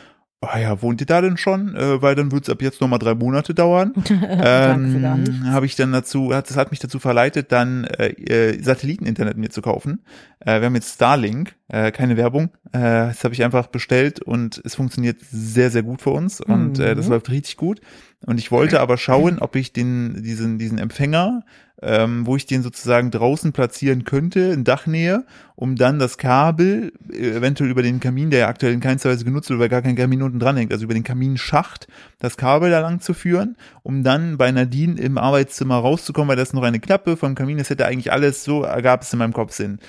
A: ah ja, wohnt ihr da denn schon? Äh, weil dann wird's ab jetzt nochmal drei Monate dauern. Ähm,
B: Danke für gar nichts.
A: habe ich dann dazu, hat, das hat mich dazu verleitet, dann äh, äh, Satelliteninternet mir zu kaufen. Äh, wir haben jetzt Starlink, äh, keine Werbung. Äh, das habe ich einfach bestellt und es funktioniert sehr, sehr gut für uns und äh, das läuft richtig gut. Und ich wollte aber schauen, ob ich den, diesen, diesen Empfänger, ähm, wo ich den sozusagen draußen platzieren könnte, in Dachnähe, um dann das Kabel äh, eventuell über den Kamin, der ja aktuell in keinster Weise genutzt wird, weil gar kein Kamin unten dran hängt, also über den Kaminschacht, das Kabel da lang zu führen, um dann bei Nadine im Arbeitszimmer rauszukommen, weil das noch eine Klappe vom Kamin, das hätte eigentlich alles, so ergab es in meinem Kopf Sinn.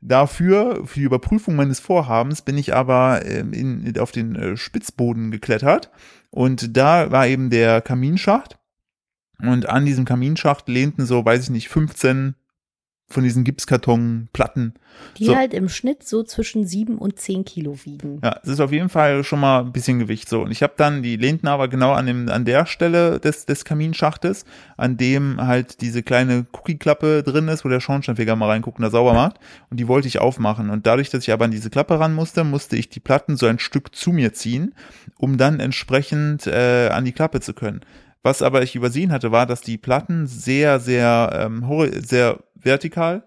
A: Dafür, für die Überprüfung meines Vorhabens, bin ich aber ähm, in, auf den äh, Spitzboden geklettert und da war eben der Kaminschacht. Und an diesem Kaminschacht lehnten so, weiß ich nicht, 15 von diesen Gipskartonplatten.
B: Die
A: So.
B: halt im Schnitt so zwischen sieben und zehn Kilo wiegen.
A: Ja, es ist auf jeden Fall schon mal ein bisschen Gewicht so. Und ich habe dann, die lehnten aber genau an, dem, an der Stelle des, des Kaminschachtes, an dem halt diese kleine Cookie-Klappe drin ist, wo der Schornsteinfeger mal reinguckt und da sauber macht. Und die wollte ich aufmachen. Und dadurch, dass ich aber an diese Klappe ran musste, musste ich die Platten so ein Stück zu mir ziehen, um dann entsprechend äh, an die Klappe zu können. Was aber ich übersehen hatte, war, dass die Platten sehr, sehr, ähm, hori- sehr vertikal,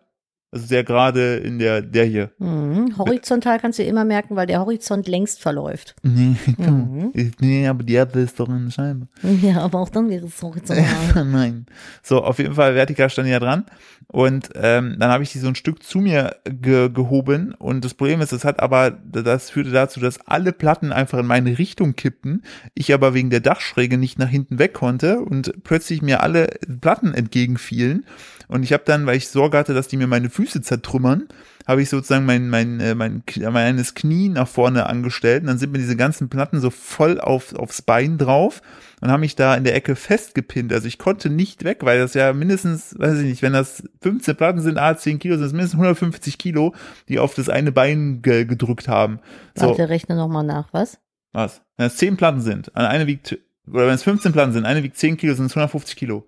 A: also sehr gerade in der, der hier.
B: Mhm. Horizontal kannst du immer merken, weil der Horizont längst verläuft.
A: Nee,
B: Mhm.
A: nee, aber die Erde ist doch eine Scheibe.
B: Ja, aber auch dann wäre es horizontal.
A: Nein. So, auf jeden Fall, Vertika stand ja dran. Und ähm, dann habe ich die so ein Stück zu mir ge gehoben. Und das Problem ist, das hat aber, das führte dazu, dass alle Platten einfach in meine Richtung kippten. Ich aber wegen der Dachschräge nicht nach hinten weg konnte und plötzlich mir alle Platten entgegenfielen. Und ich habe dann, weil ich Sorge hatte, dass die mir meine Füße zertrümmern, habe ich sozusagen mein, mein, äh, mein, K- mein eines Knie nach vorne angestellt und dann sind mir diese ganzen Platten so voll auf, aufs Bein drauf und haben mich da in der Ecke festgepinnt. Also ich konnte nicht weg, weil das ja mindestens, weiß ich nicht, wenn das 15 Platten sind, ah, 10 Kilo, sind es mindestens 150 Kilo, die auf das eine Bein ge gedrückt haben. So,
B: Warte, rechne nochmal nach, was?
A: was? Wenn es 10 Platten sind, an eine wiegt, oder wenn es 15 Platten sind, eine wiegt 10 Kilo, sind es 150 Kilo.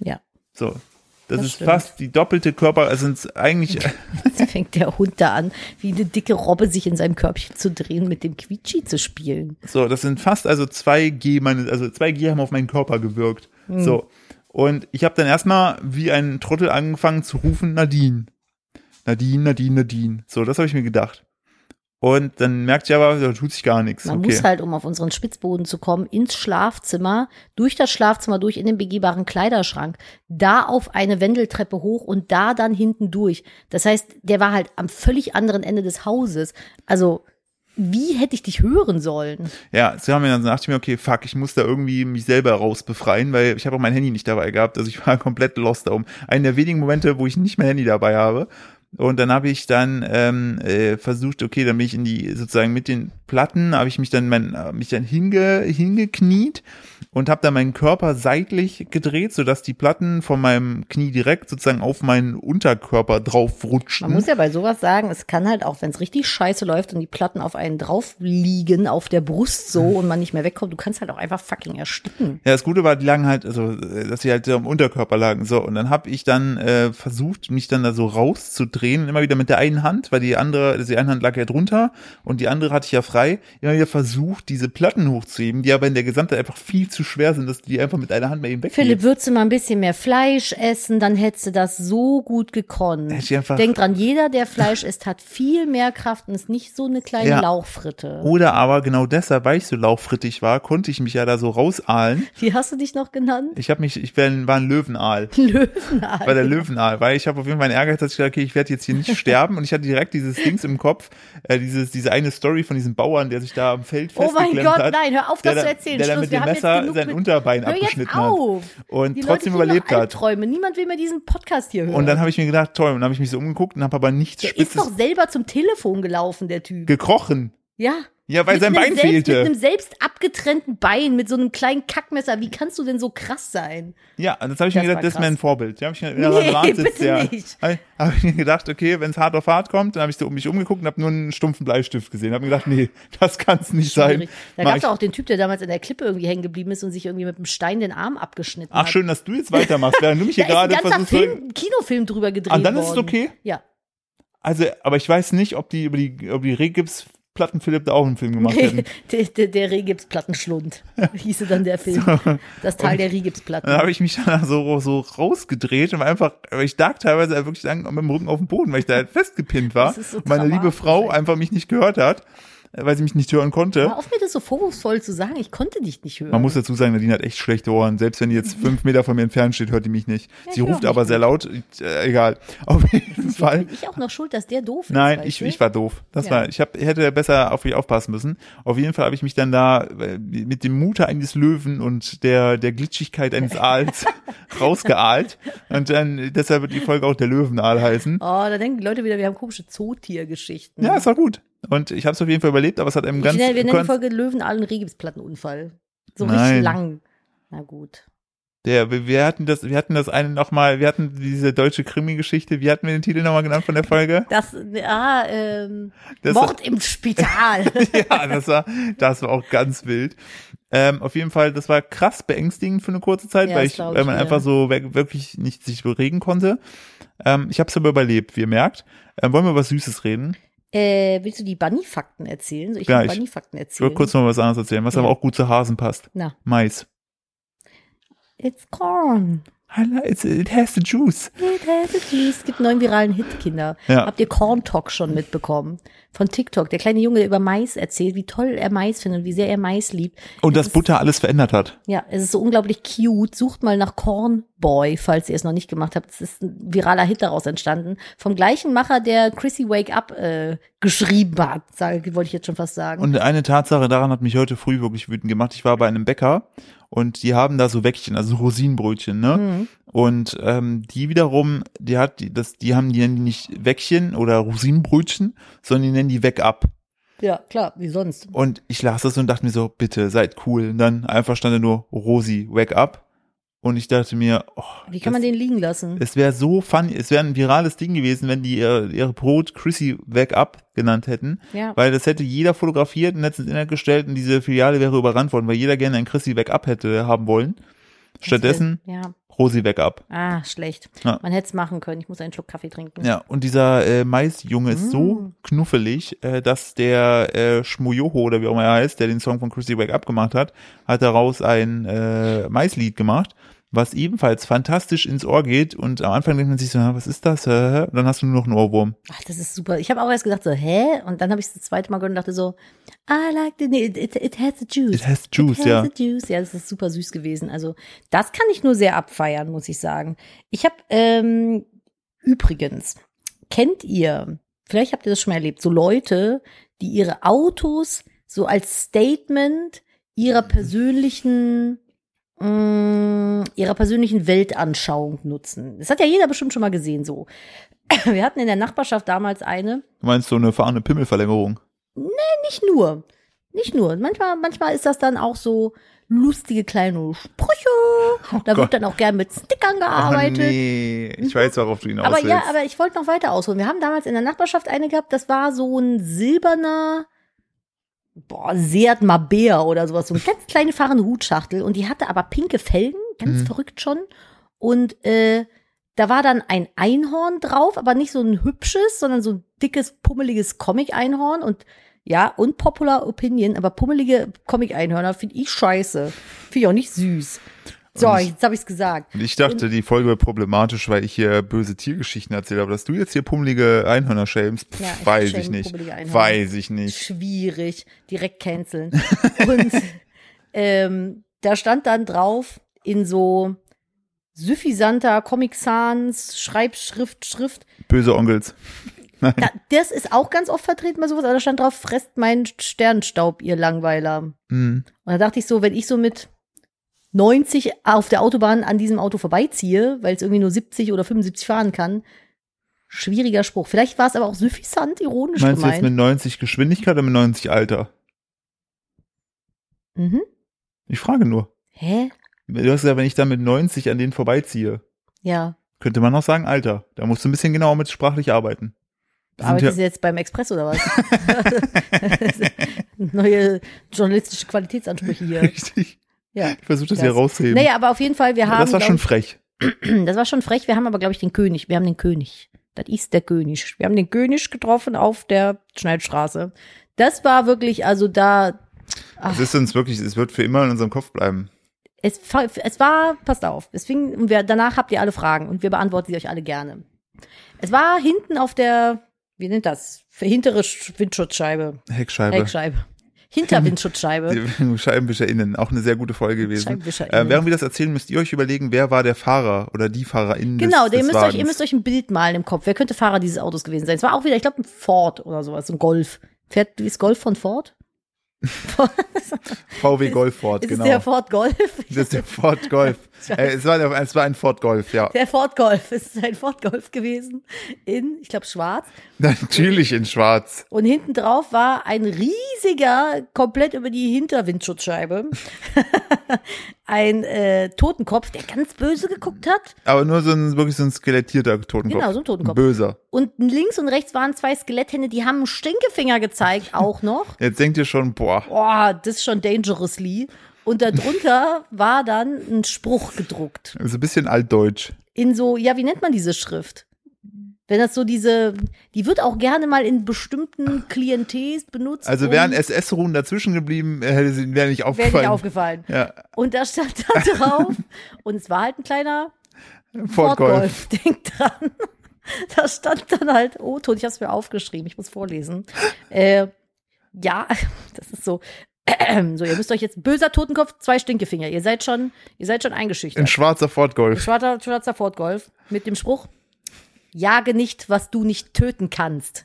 B: Ja.
A: So. Das,
B: Das
A: ist
B: stimmt.
A: fast die doppelte Körper, also sind es eigentlich,
B: Jetzt fängt der Hund da an, wie eine dicke Robbe sich in seinem Körbchen zu drehen, mit dem Quietschi zu spielen.
A: So, das sind fast also 2G, meine, also 2G haben auf meinen Körper gewirkt.
B: Hm.
A: So. Und ich habe dann erstmal wie ein Trottel angefangen zu rufen, Nadine. Nadine, Nadine, Nadine. So, das habe ich mir gedacht. Und dann merkt ich aber, da tut sich gar nichts.
B: Man
A: okay.
B: muss halt, um auf unseren Spitzboden zu kommen, ins Schlafzimmer, durch das Schlafzimmer, durch in den begehbaren Kleiderschrank, da auf eine Wendeltreppe hoch und da dann hinten durch. Das heißt, der war halt am völlig anderen Ende des Hauses. Also, wie hätte ich dich hören sollen?
A: Ja, so haben wir dann dachte ich mir, okay, fuck, ich muss da irgendwie mich selber rausbefreien, weil ich habe auch mein Handy nicht dabei gehabt. Also ich war komplett lost da oben. Einer der wenigen Momente, wo ich nicht mein Handy dabei habe. Und dann habe ich dann ähm, äh, versucht, okay, dann bin ich in die sozusagen mit den Platten, habe ich mich dann mein, äh, mich dann hinge, hingekniet und habe dann meinen Körper seitlich gedreht, sodass die Platten von meinem Knie direkt sozusagen auf meinen Unterkörper drauf rutschten.
B: Man muss ja bei sowas sagen, es kann halt auch, wenn es richtig scheiße läuft und die Platten auf einen drauf liegen, auf der Brust so und man nicht mehr wegkommt, du kannst halt auch einfach fucking ersticken.
A: Ja, das Gute war, die lagen halt, also äh, dass sie halt so am Unterkörper lagen. So, und dann hab ich dann äh, versucht, mich dann da so rauszudrehen, immer wieder mit der einen Hand, weil die andere, also die eine Hand lag ja drunter und die andere hatte ich ja frei, immer wieder versucht, diese Platten hochzuheben, die aber in der Gesamtheit einfach viel zu schwer sind, dass du die einfach mit einer Hand mal eben weghebst.
B: Philipp, würdest du mal ein bisschen mehr Fleisch essen, dann hättest du das so gut gekonnt.
A: Hätte ich einfach-
B: Denk dran, jeder, der Fleisch isst, hat viel mehr Kraft und ist nicht so eine kleine
A: Ja.
B: Lauchfritte.
A: Oder aber genau deshalb, weil ich so lauchfrittig war, konnte ich mich ja da so rausahlen.
B: Wie hast du dich noch genannt?
A: Ich habe mich, ich bin, war ein Löwenaal.
B: Löwenal.
A: bei der Löwenaal, weil ich habe auf jeden Fall einen Ärger, dass ich dachte, okay, ich werde jetzt hier nicht sterben und ich hatte direkt dieses Dings im Kopf, äh, dieses, diese eine Story von diesem Bauern, der sich da am Feld
B: Oh mein
A: festgeklemmt
B: Gott,
A: hat.
B: nein, hör auf,
A: der
B: das
A: da-
B: zu erzählen.
A: Der da
B: Schluss,
A: mit
B: wir
A: dem
B: haben jetzt
A: Messer
B: genug
A: sein
B: mit-
A: Unterbein
B: Hör jetzt
A: abgeschnitten hat
B: auf.
A: und
B: die
A: trotzdem
B: Leute
A: überlebt hat.
B: Träume. Niemand will mehr diesen Podcast hier hören.
A: Und dann habe ich mir gedacht, toll, und dann habe ich mich so umgeguckt und habe aber nichts
B: der ist
A: Spitzes
B: doch selber zum Telefon gelaufen, der Typ.
A: gekrochen.
B: Ja.
A: Ja, weil
B: Mit
A: sein Bein
B: einem selbst, Mit
A: fehlte.
B: einem selbst abgetrennten Bein, mit so einem kleinen Kackmesser. Wie kannst du denn so krass sein?
A: Ja, und das habe ich mir
B: Das
A: gedacht,
B: war
A: das ist mein
B: krass.
A: Vorbild. Da habe ich mir
B: Nee, bitte nicht.
A: Habe hab ich mir gedacht, okay, wenn es hart auf hart kommt, dann habe ich so um mich umgeguckt und habe nur einen stumpfen Bleistift gesehen. Habe mir gedacht, nee, das kann es nicht sein.
B: Schwierig. Da
A: Mach
B: gab es
A: ich-
B: auch den Typ, der damals in der Klippe irgendwie hängen geblieben ist und sich irgendwie mit einem Stein den Arm abgeschnitten
A: Ach,
B: hat.
A: schön, dass du jetzt weitermachst, während du mich
B: Da
A: hier
B: ist ein
A: gerade
B: ganzer
A: versuchst. zu-
B: Film, Kinofilm drüber gedreht
A: Ah, dann ist es
B: worden.
A: okay?
B: Ja.
A: Also, aber ich weiß nicht, ob die über die, über die Regips Plattenphilipp da auch einen Film gemacht hätten.
B: der, der, der Rehgipsplattenschlund hieße dann der Film. Das Tal der
A: Dann
B: Rehgipsplatten.
A: habe ich mich dann so, so rausgedreht und war einfach, weil ich lag teilweise halt wirklich lang mit dem Rücken auf dem Boden, weil ich da halt festgepinnt war.
B: Das ist so
A: und meine liebe
B: dramatisch,
A: Frau
B: ey.
A: einfach mich nicht gehört hat, äh, weil sie mich nicht hören konnte.
B: Hör auf mir das so vorwurfsvoll zu sagen, ich konnte dich nicht hören.
A: Man muss dazu sagen, Nadine hat echt schlechte Ohren. Selbst wenn die jetzt fünf Meter von mir entfernt steht, hört die mich nicht.
B: Ja,
A: sie
B: ich
A: ruft
B: auch
A: aber
B: nicht.
A: sehr laut. Äh, egal. Auf jeden Fall.
B: Bin ich auch noch schuld, dass der doof ist?
A: Nein,
B: weißt
A: ich,
B: du?
A: ich war doof. Das
B: Ja.
A: war, ich hab, hätte besser auf mich aufpassen müssen. Auf jeden Fall habe ich mich dann da äh, mit dem Mute eines Löwen und der, der Glitschigkeit eines Aals rausgeaalt. Und dann, deshalb wird die Folge auch der Löwenaal heißen.
B: Oh, da denken die Leute wieder, wir haben komische Zootiergeschichten.
A: Ja, es war gut. Und ich habe es auf jeden Fall überlebt, aber es hat einem
B: wir
A: ganz,
B: nennen, wir nennen die
A: ganz
B: Folge Löwenal und Rehgipsplattenunfall. So
A: Nein.
B: richtig lang. Na gut.
A: der, wir- wir hatten das, wir hatten das eine nochmal, wir hatten diese deutsche Krimi-Geschichte, wie hatten wir den Titel nochmal genannt von der Folge?
B: Das, ah, ähm,
A: Das-
B: Mord im Spital.
A: ja, das war, das war auch ganz wild. Ähm, auf jeden Fall, das war krass beängstigend für eine kurze Zeit,
B: Ja,
A: weil,
B: das
A: ich,
B: glaub
A: weil
B: ich
A: man
B: dir.
A: einfach so wir- wirklich nicht sich bewegen konnte. Ähm, ich habe es aber überlebt, wie ihr merkt. Ähm, wollen wir was Süßes reden?
B: äh, willst du die Bunny-Fakten erzählen? So, ich
A: Ja,
B: will
A: ich-
B: Bunny-Fakten
A: Ich
B: erzählen.
A: würde kurz noch was anderes erzählen, was
B: Ja.
A: aber auch gut zu Hasen passt.
B: Na,
A: Mais.
B: it's corn.
A: I like- it's- It has the juice.
B: It has a juice. Es gibt einen neuen viralen Hit, Kinder.
A: Ja.
B: Habt ihr Corn Talk schon mitbekommen? Von TikTok. Der kleine Junge, der über Mais erzählt, wie toll er Mais findet und wie sehr er Mais liebt.
A: Und dass
B: ist-
A: Butter alles verändert hat.
B: Ja, es ist so unglaublich cute. Sucht mal nach Corn Boy, falls ihr es noch nicht gemacht habt. Es ist ein viraler Hit daraus entstanden. Vom gleichen Macher, der Chrissy Wake Up äh, geschrieben hat, sage, wollte ich jetzt schon fast sagen.
A: Und eine Tatsache daran hat mich heute früh wirklich wütend gemacht. Ich war bei einem Bäcker und die haben da so Wäckchen, also Rosinenbrötchen, ne?
B: Mhm.
A: Und ähm, die wiederum, die hat die, das, die haben die nennen die nicht Wäckchen oder Rosinenbrötchen, sondern die nennen die Weg ab.
B: ja, klar, wie sonst.
A: Und ich las das und dachte mir so, bitte seid cool. Und dann einfach stand da nur Rosi Weg ab. Und ich dachte mir, oh,
B: Wie kann man den liegen lassen?
A: es wäre so funny, es wäre ein virales Ding gewesen, wenn die ihre, ihre Brot Chrissy Weg ab genannt hätten.
B: Ja.
A: Weil das hätte jeder fotografiert und hätte es ins Internet gestellt und diese Filiale wäre überrannt worden, weil jeder gerne ein Chrissy Weg ab hätte haben wollen. Stattdessen
B: Ja.
A: Rosi Weg ab.
B: Ah, schlecht.
A: Ja.
B: Man hätte es machen können. Ich muss einen Schluck Kaffee trinken.
A: Ja, und dieser äh, Maisjunge ist so
B: Mm.
A: knuffelig, äh, dass der äh, Schmujoho oder wie auch immer er heißt, der den Song von Chrissy Wake Up gemacht hat, hat daraus ein äh, Maislied gemacht, was ebenfalls fantastisch ins Ohr geht und am Anfang denkt man sich so, "Ah, was ist das? Äh, dann hast du nur noch einen Ohrwurm.
B: Ach, das ist super. Ich habe auch erst gedacht so, hä? Und dann habe ich es das zweite Mal gehört und dachte so, I like the, nee, it, it, it has the juice.
A: It has juice,
B: it has
A: ja.
B: the juice. Ja, das ist super süß gewesen. Also das kann ich nur sehr abfeiern, muss ich sagen. Ich habe ähm, übrigens, kennt ihr, vielleicht habt ihr das schon mal erlebt, so Leute, die ihre Autos so als Statement ihrer persönlichen mh, ihrer persönlichen Weltanschauung nutzen. Das hat ja jeder bestimmt schon mal gesehen so. Wir hatten in der Nachbarschaft damals eine.
A: Du meinst so eine fahrende Pimmelverlängerung?
B: Nicht nur. Nicht nur. Manchmal, manchmal ist das dann auch so lustige kleine Sprüche. da
A: Gott.
B: wird dann auch gern mit Stickern gearbeitet.
A: Ach Oh, nee, ich weiß, worauf du hinaus
B: aber
A: willst.
B: ja, aber ich wollte noch weiter ausholen. Wir haben damals in der Nachbarschaft eine gehabt, das war so ein silberner, boah, Seat Mabea oder sowas, so eine ganz kleine fahrende Hutschachtel und die hatte aber pinke Felgen, ganz
A: Mhm.
B: verrückt schon. Und äh, da war dann ein Einhorn drauf, aber nicht so ein hübsches, sondern so ein dickes, pummeliges Comic-Einhorn und ja, unpopular Opinion, aber pummelige Comic-Einhörner finde ich scheiße. Finde ich auch nicht süß. So,
A: Und ich-
B: jetzt habe ich's gesagt.
A: Und ich dachte,
B: ähm,
A: die Folge wäre problematisch, weil ich hier böse Tiergeschichten erzähle, aber dass du jetzt hier pummelige Einhörner schämst, pff,
B: Ja, ich
A: weiß
B: schäme
A: ich nicht.
B: pummelige Einhörner.
A: Weiß ich nicht.
B: schwierig, direkt canceln. Und ähm, da stand dann drauf in so suffisanter Comic Sans Schreibschrift, Schrift.
A: Böse Onkels.
B: Da, das ist auch ganz oft vertreten bei sowas, aber da stand drauf, fresst meinen Sternstaub, ihr Langweiler. Und
A: Mhm.
B: da dachte ich so, wenn ich so mit 90 auf der Autobahn an diesem Auto vorbeiziehe, weil es irgendwie nur 70 oder 75 fahren kann, schwieriger Spruch. Vielleicht war es aber auch suffisant, ironisch
A: Meinst du jetzt
B: gemeint.
A: mit 90 Geschwindigkeit oder mit 90 Alter?
B: mhm.
A: Ich frage nur.
B: Hä?
A: Du hast gesagt, wenn ich dann mit 90 an denen vorbeiziehe,
B: Ja.
A: könnte man auch sagen Alter. Da musst du ein bisschen genauer mit sprachlich arbeiten. Wir sind
B: Arbeitest
A: ja,
B: du jetzt beim Express oder was? Neue journalistische Qualitätsansprüche hier.
A: richtig.
B: Ja.
A: Ich versuche das,
B: Das-
A: hier rauszuheben.
B: Naja, aber auf jeden Fall, wir haben.
A: das war schon
B: glaub
A: frech.
B: ich, das war schon frech. Wir haben aber, glaube ich, den König. Wir haben den König. Das ist der König. Wir haben den König getroffen auf der Schneidstraße. Das war wirklich, also da,
A: Es
B: Ah.
A: ist uns wirklich, es wird für immer in unserem Kopf bleiben.
B: es, fa- es war, passt auf, es fing, und wir, danach habt ihr alle Fragen und wir beantworten sie euch alle gerne. Es war hinten auf der, wie nennt das? Hintere Sch- Windschutzscheibe.
A: Heckscheibe.
B: Heckscheibe. Hinter Windschutzscheibe.
A: Die ScheibenwischerInnen, auch eine sehr gute Folge gewesen.
B: ScheibenwischerInnen.
A: Äh, während wir das erzählen, müsst ihr euch überlegen, wer war der Fahrer oder die FahrerInnen des,
B: Genau,
A: des
B: ihr müsst,
A: Wagens.
B: euch, ihr müsst euch ein Bild malen im Kopf. Wer könnte Fahrer dieses Autos gewesen sein? Es war auch wieder, ich glaube, ein Ford oder sowas, ein Golf. Fährt, ist Golf von Ford?
A: VW Golf Ford,
B: Ist
A: genau.
B: es der Ford Golf?
A: das ist der Ford Golf. äh, es, war, der- es war ein Ford Golf, ja.
B: Der Ford Golf. Es ist ein Ford Golf gewesen in, ich glaube, schwarz.
A: Natürlich in schwarz.
B: Und hinten drauf war ein riesiger, komplett über die Hinterwindschutzscheibe, ein äh, Totenkopf, der ganz böse geguckt hat.
A: Aber nur so ein, wirklich so ein skelettierter Totenkopf.
B: Genau, so ein Totenkopf.
A: Böser.
B: Und links und rechts waren zwei Skeletthände, die haben einen Stinkefinger gezeigt, auch noch.
A: Jetzt denkt ihr schon, boah,
B: Boah, das ist schon dangerously. Und darunter war dann ein Spruch gedruckt.
A: so ein bisschen altdeutsch.
B: In so, ja, wie nennt man diese Schrift? Wenn das so diese, die wird auch gerne mal in bestimmten Klientels benutzt.
A: Also
B: um-
A: wären SS-Ruhen dazwischen geblieben, äh, hätte sie wäre nicht
B: Wäre
A: aufgefallen.
B: nicht aufgefallen.
A: ja,
B: Und da stand da drauf, und es war halt ein kleiner
A: Ford Golf.
B: Golf. Denkt dran. Da stand dann halt O-Ton. Ich habe es mir aufgeschrieben. Ich muss vorlesen. Äh, ja, das ist so. So, ihr müsst euch jetzt böser Totenkopf, zwei Stinkefinger. Ihr seid schon, ihr seid schon
A: Ein
B: eingeschüchtert.
A: schwarzer Ford Golf.
B: Schwarzer, schwarzer Ford Golf mit dem Spruch: Jage nicht, was du nicht töten kannst.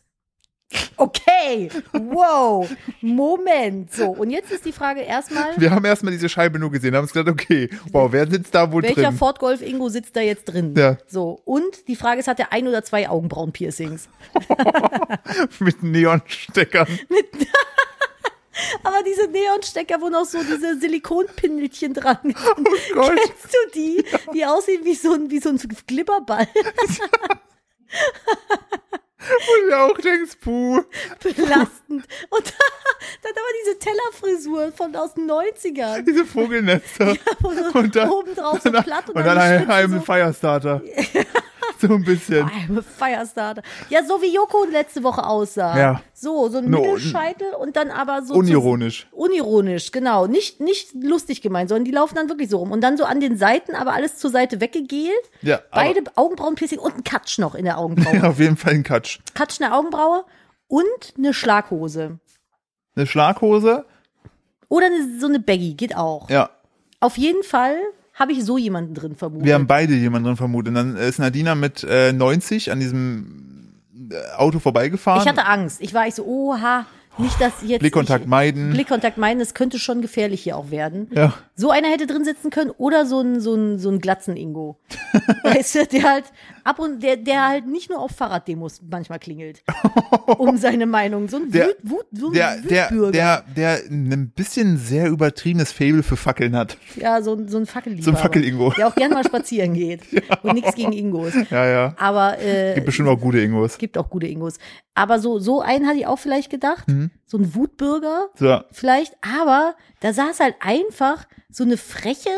B: Okay, wow, Moment. So, und jetzt ist die Frage erstmal,
A: Wir haben erstmal diese Scheibe nur gesehen, haben uns gedacht, okay, wow, wer sitzt da wohl
B: welcher
A: drin?
B: Ford Golf Ingo sitzt da jetzt drin?
A: Ja.
B: So, und die Frage ist, hat er ein oder zwei Augenbrauen-Piercings?
A: Mit Neonsteckern.
B: Aber diese Neonstecker, wo noch so diese Silikonpindelchen dran sind.
A: Gott.
B: Kennst du die? Die aussehen wie so ein, wie so ein Glibberball.
A: Und du auch denkst, puh.
B: Belastend. Und dann aber diese Tellerfrisur von aus den 90ern.
A: Diese Vogelnester.
B: Wo so
A: Und dann-
B: oben drauf so
A: und dann,
B: platt und,
A: und
B: dann
A: dann
B: die
A: ein,
B: Spitze
A: ein Firestarter. so ein
B: so.
A: bisschen.
B: I'm a Firestarter. Ja, so wie Joko letzte Woche aussah.
A: Ja.
B: So, so ein
A: No,
B: Mittelscheitel und dann aber so. zu-
A: Unironisch.
B: Unironisch, genau. Nicht, nicht lustig gemeint, sondern die laufen dann wirklich so rum. Und dann so an den Seiten, aber alles zur Seite weggegelt.
A: Ja, aber-
B: Beide Augenbrauenpiercing und ein Katsch noch in der Augenbraue.
A: Auf jeden Fall ein Katsch.
B: Katsch in der Augenbraue und eine Schlaghose.
A: Eine Schlaghose.
B: Oder eine, so eine Baggy, geht auch.
A: Ja.
B: Auf jeden Fall habe ich so jemanden drin vermutet.
A: Wir haben beide jemanden drin vermutet. Und dann ist Nadina mit äh, 90 an diesem äh, Auto vorbeigefahren.
B: ich hatte Angst. Ich war ich so, oha, nicht, dass jetzt.
A: Blickkontakt
B: ich,
A: meiden.
B: Blickkontakt meiden, das könnte schon gefährlich hier auch werden.
A: ja.
B: So einer hätte drin sitzen können oder so ein, so ein, so ein Glatzen-Ingo. weißt du, der halt ab und der, der halt nicht nur auf Fahrraddemos manchmal klingelt. um seine Meinung. So ein
A: Der-
B: Wut, Wut, so ein
A: Der, der,
B: Wutbürger.
A: der, der ein bisschen sehr übertriebenes Fable für Fackeln hat.
B: Ja, so, ein- so ein Fackelliebhaber.
A: So ein Fackel-Ingo.
B: Der auch gern mal spazieren geht. Und nichts gegen Ingos.
A: Ja, ja.
B: Aber äh,
A: Gibt bestimmt auch gute Ingos.
B: gibt auch gute Ingos. Aber so, so einen hatte ich auch vielleicht gedacht.
A: Mhm.
B: So ein Wutbürger
A: So,
B: vielleicht. Aber da saß halt einfach so eine freche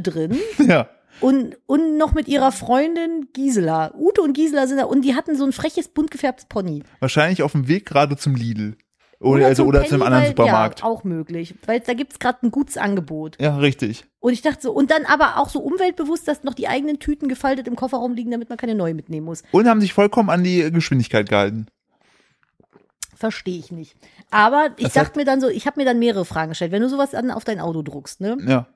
B: drin.
A: ja.
B: Und, und noch mit ihrer Freundin Gisela. Ute und Gisela sind da und die hatten so ein freches, bunt gefärbtes Pony.
A: Wahrscheinlich auf dem Weg gerade zum Lidl. Oder, also,
B: zum
A: oder
B: Penny,
A: zu einem anderen
B: weil-
A: Supermarkt.
B: Ja, auch möglich. Weil da gibt's gerade ein gutes Angebot.
A: ja, richtig.
B: Und ich dachte so, und dann aber auch so umweltbewusst, dass noch die eigenen Tüten gefaltet im Kofferraum liegen, damit man keine neue mitnehmen muss.
A: Und haben sich vollkommen an die Geschwindigkeit gehalten.
B: Verstehe ich nicht. Aber ich
A: Das
B: dachte mir dann so, ich habe mir dann mehrere Fragen gestellt. Wenn du sowas dann auf dein Auto druckst, ne?
A: Ja.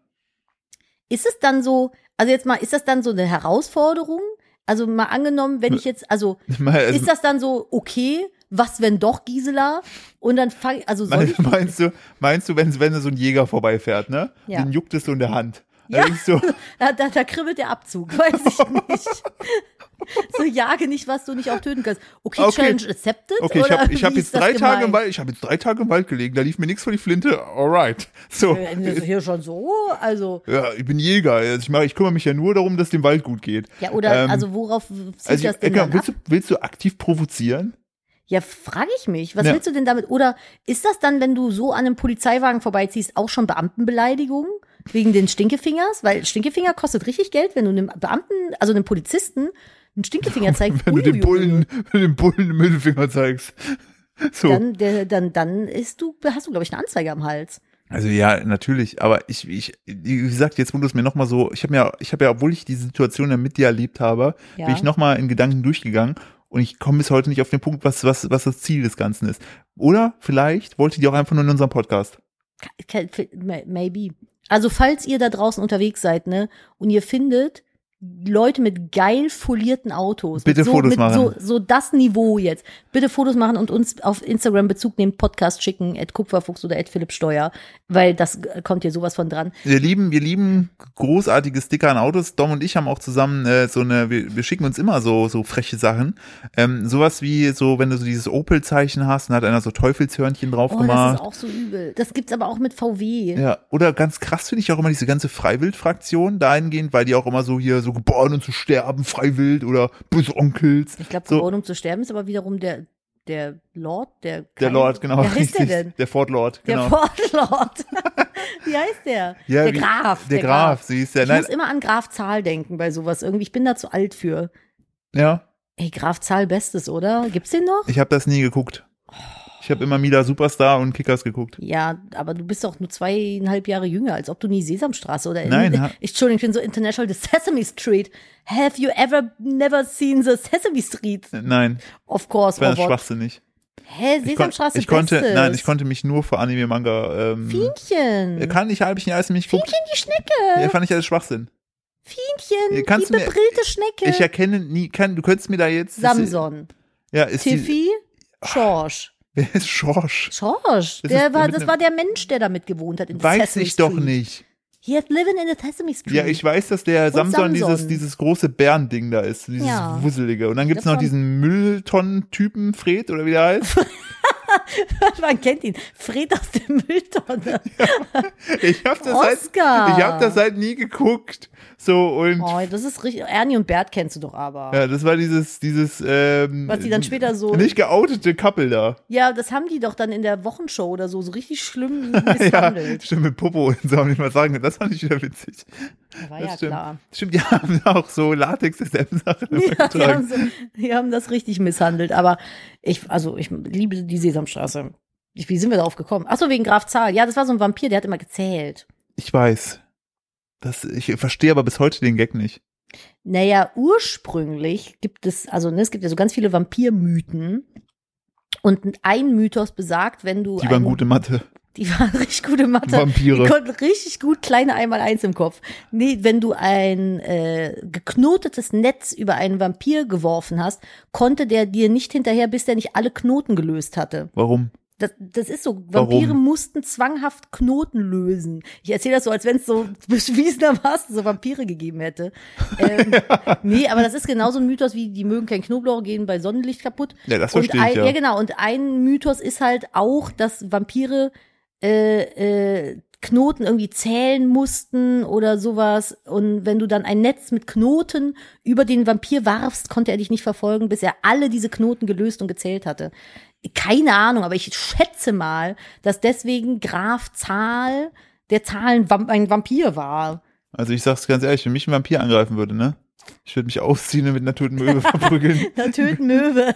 B: Ist es dann so, also jetzt mal, ist das dann so eine Herausforderung? Also mal angenommen,
A: Ne,
B: wenn ich jetzt, also
A: Mal- also-
B: ist das dann so, okay, was wenn doch Gisela? Und dann fange also soll
A: Mein,
B: ich,
A: meinst du, meinst du, wenn, wenn so ein Jäger vorbeifährt, ne?
B: Ja.
A: Den juckt es so in der Hand. Da
B: Ja.
A: denkst du,
B: da, da, da kribbelt der Abzug, weiß ich nicht. so jage nicht, was du nicht auch töten kannst. Okay,
A: Okay.
B: Challenge accepted?
A: okay, ich
B: oder
A: habe ich
B: wie
A: hab
B: ist
A: jetzt
B: das
A: drei Tage im
B: gemeint?
A: Wald, ich habe jetzt drei Tage im Wald gelegen, da lief mir nichts vor die Flinte. Alright. So.
B: Wenn das hier schon Äh, so, also
A: Ja, ich bin Jäger. Also ich, mach, ich kümmere mich ja nur darum, dass dem Wald gut geht.
B: ja oder
A: Ähm,
B: also worauf zieht
A: also
B: das
A: ich,
B: denn
A: Edgar,
B: dann ab?
A: willst, du, willst du aktiv provozieren?
B: Ja, frage ich mich. Was
A: Ja.
B: willst du denn damit? Oder ist das dann, wenn du so an einem Polizeiwagen vorbeiziehst, auch schon Beamtenbeleidigung wegen den Stinkefingers? Weil Stinkefinger kostet richtig Geld, wenn du einem Beamten, also einem Polizisten, einen Stinkefinger zeigt,
A: Wenn du den
B: uiuiui,
A: Bullen, wenn du den Bullen den Mittelfinger zeigst. So.
B: dann, der, dann, dann ist du, hast du, glaube ich, eine Anzeige am Hals.
A: Also ja, natürlich, aber ich, ich, wie gesagt, jetzt wo du es mir nochmal so, ich habe mir, ich habe ja, obwohl ich die Situation ja mit dir erlebt habe,
B: Ja.
A: bin ich nochmal in Gedanken durchgegangen und ich komme bis heute nicht auf den Punkt, was, was, was das Ziel des Ganzen ist. Oder vielleicht wollte die auch einfach nur in unserem Podcast.
B: Ke- fi- may- Maybe. Also falls ihr da draußen unterwegs seid, ne, und ihr findet Leute mit geil folierten Autos.
A: Bitte
B: mit so,
A: Fotos
B: mit
A: machen.
B: So, so das Niveau jetzt. Bitte Fotos machen und uns auf Instagram Bezug nehmen, Podcast schicken, at Kupferfuchs oder at Philipp Steuer, weil das äh, kommt hier sowas von dran.
A: Wir lieben, wir lieben großartige Sticker an Autos. Dom und ich haben auch zusammen äh, so eine, wir, wir schicken uns immer so, so freche Sachen. Ähm, sowas wie so, wenn du so dieses Opel-Zeichen hast, dann hat einer so Teufelshörnchen drauf
B: Oh, das
A: gemacht.
B: ist auch so übel. Das gibt's aber auch mit VW.
A: Ja, oder ganz krass finde ich auch immer diese ganze Freiwild-Fraktion dahingehend, weil die auch immer so hier so geboren und zu sterben, Freiwild oder böse Onkels.
B: Ich glaube,
A: So.
B: geboren um zu sterben ist aber wiederum der, der Lord, der
A: Der
B: Kai-
A: Lord, genau.
B: Wer heißt der
A: richtig.
B: denn?
A: Der Ford Lord,
B: Der
A: genau.
B: Ford Lord. Wie heißt der?
A: Ja,
B: der
A: wie-
B: Graf.
A: der Graf, sie ist ja,
B: Ich
A: Äh, nein,
B: muss immer an Graf Zahl denken bei sowas irgendwie. Ich bin da zu alt für.
A: ja,
B: Ey, Graf Zahl Bestes, oder? Gibt's den noch?
A: ich habe das nie geguckt. Ich habe immer Mila Superstar und Kickers geguckt.
B: Ja, aber du bist doch nur zweieinhalb Jahre jünger, als ob du nie Sesamstraße oder
A: Nein, ha-
B: ich, Entschuldigung, ich bin so international. The Sesame Street. Have you ever never seen the Sesame Street?
A: Nein,
B: Of course,
A: das war
B: Robot.
A: schwachsinnig.
B: Hä,
A: Ich, kon
B: Sesamstraße
A: ich konnte,
B: Bestes.
A: nein, ich konnte mich nur für Anime-Manga, ähm,
B: Fienchen.
A: kann ich halb ich alles nicht guckt.
B: Fienchen, die Schnecke.
A: Ja, fand ich alles Schwachsinn. Hier
B: Fienchen,
A: Äh, kannst
B: die
A: du mir-
B: bebrillte Schnecke.
A: Ich erkenne nie, kann, du könntest mir da jetzt.
B: Samson,
A: Ja, ist die,
B: Tiffy, Schorsch.
A: wer ist Schorsch?
B: Schorsch,
A: Das
B: der
A: Ah. ist
B: war,
A: mit
B: das
A: nem-
B: war der Mensch, der damit gewohnt hat. In
A: Weiß
B: Sesame
A: ich doch
B: Street.
A: nicht.
B: He had living in the Sesame Street.
A: Ja, ich weiß, dass der Samson,
B: Samson.
A: dieses, dieses große Bärending da ist, dieses
B: Ja.
A: Wusselige. Und dann gibt's
B: glaub
A: noch
B: schon.
A: diesen Mülltonnen-Typen, Fred oder wie der heißt.
B: Man kennt ihn. Fred aus der Mülltonne.
A: Ich hab das, halt, ich
B: Oscar.
A: hab das halt nie geguckt. So, und
B: Oh, das ist richtig. Ernie und Bert kennst du doch aber. Ja.
A: ja, das war dieses, dieses, ähm,
B: Was die dann später so-
A: Nicht geoutete Couple da.
B: das haben die doch dann in der Wochenshow oder so, so richtig schlimm
A: Ja,
B: misshandelt.
A: stimmt, mit Popo und so haben die mal sagen können. Das fand ich wieder witzig.
B: ja, war
A: Das
B: ja
A: stimmt.
B: klar.
A: Stimmt, die haben auch so latex dieselben Sachen
B: Ja, die,
A: übertragen.
B: haben so, die haben das richtig misshandelt. Aber ich, also ich liebe die Sesamstraße. Ich, wie sind wir darauf gekommen? Ach so wegen Graf Zahl. Ja, das war so ein Vampir, der hat immer gezählt.
A: Ich weiß. Das, ich verstehe aber bis heute den Gag nicht.
B: Naja, ursprünglich gibt es, also ne, es gibt ja so ganz viele Vampirmythen. Und ein Mythos besagt, wenn du.
A: Die waren
B: einen-
A: gute Mathe.
B: Die waren richtig gute Mathe.
A: Vampire.
B: Die konnten richtig gut kleine Einmaleins im Kopf. Nee, wenn du ein äh, geknotetes Netz über einen Vampir geworfen hast, konnte der dir nicht hinterher, bis der nicht alle Knoten gelöst hatte.
A: Warum?
B: Das, das ist so.
A: Warum?
B: Vampire mussten zwanghaft Knoten lösen. Ich erzähle das so, als wenn es so beschwiesenermaßen so Vampire gegeben hätte. Ähm, Nee, aber das ist genauso ein Mythos wie, die mögen kein Knoblauch, gehen bei Sonnenlicht kaputt.
A: Ja, das
B: und
A: verstehe
B: ein,
A: ich ja.
B: genau. Und ein Mythos ist halt auch, dass Vampire äh, äh, Knoten irgendwie zählen mussten oder sowas. Und wenn du dann ein Netz mit Knoten über den Vampir warfst, konnte er dich nicht verfolgen, bis er alle diese Knoten gelöst und gezählt hatte. Keine Ahnung, aber ich schätze mal, dass deswegen Graf Zahl der Zahlen Vamp- ein Vampir war.
A: Also ich sag's ganz ehrlich, wenn mich ein Vampir angreifen würde, ne? Ich würde mich ausziehen und mit einer toten Möwe verprügeln.
B: Da töten Möwe.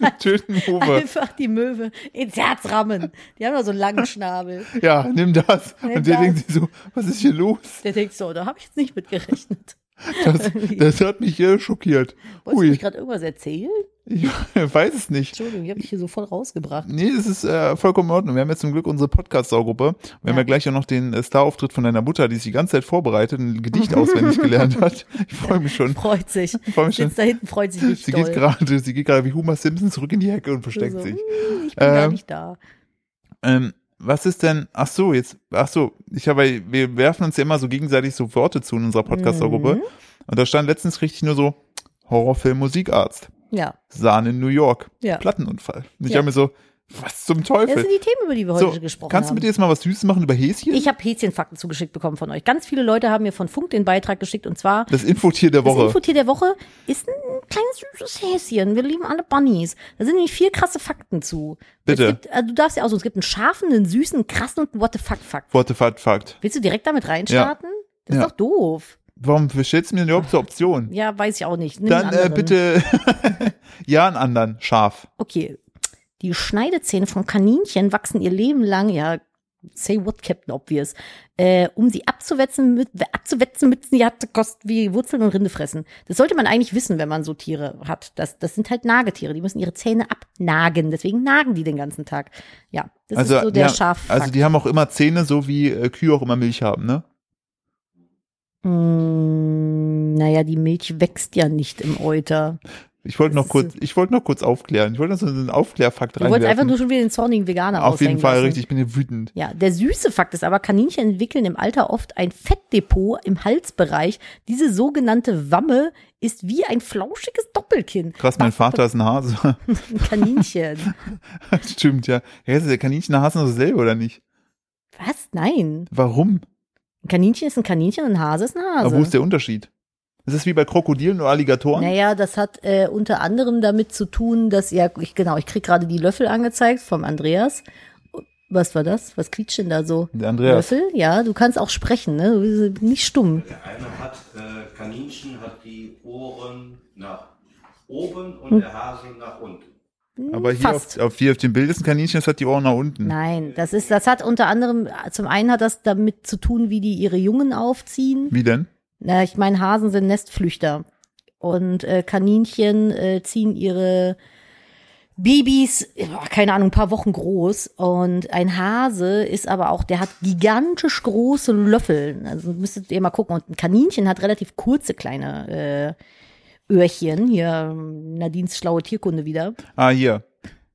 A: Mit töten Möwe.
B: Einfach die Möwe ins Herz rammen. Die haben doch so einen langen Schnabel.
A: Ja, nimm das.
B: Nimm
A: und der
B: das.
A: denkt sich so, was ist hier los?
B: Der denkt so, da habe ich jetzt nicht mit gerechnet.
A: Das, das hat mich hier schockiert.
B: Wolltest du
A: Äh, Ui,
B: mich gerade irgendwas erzählen?
A: ich weiß es nicht.
B: Entschuldigung, ich habe dich hier so voll rausgebracht.
A: Nee, das ist äh, vollkommen in Ordnung. Wir haben jetzt zum Glück unsere Podcast-Saugruppe. Wir haben
B: Ja.
A: ja gleich auch noch den äh, Star-Auftritt von deiner Mutter, die sich die ganze Zeit vorbereitet und ein Gedicht auswendig gelernt hat. Ich freue mich schon.
B: Freut sich.
A: Freut mich schon.
B: Sitzt da hinten, freut sich nicht
A: Sie
B: doll.
A: geht gerade, sie geht gerade wie Homer Simpson zurück in die Hecke und versteckt
B: so,
A: sich.
B: "Hm, Ich bin gar
A: Ähm,
B: nicht da.
A: Ähm, was ist denn, ach so, jetzt, ach so, ich habe, wir werfen uns ja immer so gegenseitig so Worte zu in unserer Podcast-Gruppe.
B: Mhm.
A: Und da stand letztens richtig nur so, Horrorfilm Musikarzt,
B: Ja.
A: Sahne in New York,
B: Ja.
A: Plattenunfall. Und ich
B: Ja.
A: habe mir so, was zum
B: Das
A: Teufel?
B: sind die Themen, über die wir heute
A: So,
B: gesprochen
A: kannst du
B: haben.
A: bitte jetzt mal was Süßes machen über Häschen?
B: ich habe Häschenfakten zugeschickt bekommen von euch. Ganz viele Leute haben mir von Funk den Beitrag geschickt und zwar
A: das Infotier der
B: Das
A: Woche.
B: Infotier der Woche ist ein kleines süßes Häschen. Wir lieben alle Bunnies. Da sind nämlich vier krasse Fakten zu.
A: Bitte.
B: Es gibt, also du darfst ja auch so, es gibt einen scharfen, einen süßen, einen krassen und einen What the fuck Fakt.
A: What the fuck, fuck.
B: Willst du direkt damit reinstarten? Das ist
A: Ja.
B: doch doof.
A: Warum verstellst du mir überhaupt zur Option?
B: Ja, weiß ich auch nicht. Nimm einen
A: Dann äh,
B: anderen.
A: bitte ja einen anderen, scharf.
B: Okay. Die Schneidezähne von Kaninchen wachsen ihr Leben lang, ja, say what, Captain Obvious, äh, um sie abzuwetzen, mit, abzuwetzen, mützen die hat Kost wie Wurzeln und Rinde fressen. Das sollte man eigentlich wissen, wenn man so Tiere hat. Das, das sind halt Nagetiere, die müssen ihre Zähne abnagen, deswegen nagen die den ganzen Tag. Ja, das ist so der
A: ja,
B: Schaffakt.
A: also die haben auch immer Zähne, so wie äh, Kühe auch immer Milch haben, ne?
B: Mm, naja, die Milch wächst ja nicht im Euter.
A: Ich wollte
B: Das
A: noch
B: ist
A: kurz, ich wollte noch kurz aufklären. Ich wollte noch so einen Aufklärfakt
B: Du wolltest einfach
A: reinwerfen.
B: nur schon wieder den zornigen Veganer
A: Auf jeden
B: aushängen
A: Fall
B: lassen.
A: richtig, ich bin hier wütend.
B: Ja, der süße Fakt ist aber, Kaninchen entwickeln im Alter oft ein Fettdepot im Halsbereich. Diese sogenannte Wamme ist wie ein flauschiges Doppelkinn.
A: Krass, mein Vater ist ein Hase.
B: Ein Kaninchen.
A: Stimmt, ja. Hä, ist der Kaninchenhase noch dasselbe oder nicht?
B: Was? Nein.
A: Warum?
B: Ein Kaninchen ist ein Kaninchen und ein Hase ist ein Hase.
A: Aber wo ist der Unterschied? Ist das wie bei Krokodilen oder Alligatoren?
B: Naja, das hat äh, unter anderem damit zu tun, dass ja, ich, genau, ich krieg gerade die Löffel angezeigt vom Andreas. Was war das? Was quietscht denn da so?
A: Der Andreas.
B: Löffel? Ja, du kannst auch sprechen, ne? Du bist nicht stumm.
C: Der eine hat äh, Kaninchen, hat die Ohren nach oben und der Hase nach unten.
A: Aber hier auf,
B: Fast.
A: auf, hier auf dem Bild ist ein Kaninchen, das hat die Ohren nach unten.
B: Nein, das ist, das hat unter anderem, zum einen hat das damit zu tun, wie die ihre Jungen aufziehen.
A: Wie denn?
B: Na, ich meine, Hasen sind Nestflüchter und äh, Kaninchen äh, ziehen ihre Babys, äh, keine Ahnung, ein paar Wochen groß. Und ein Hase ist aber auch, der hat gigantisch große Löffel. Also müsstet ihr mal gucken. Und ein Kaninchen hat relativ kurze kleine äh, Öhrchen. Hier ähm, Nadines schlaue Tierkunde wieder.
A: Ah, hier.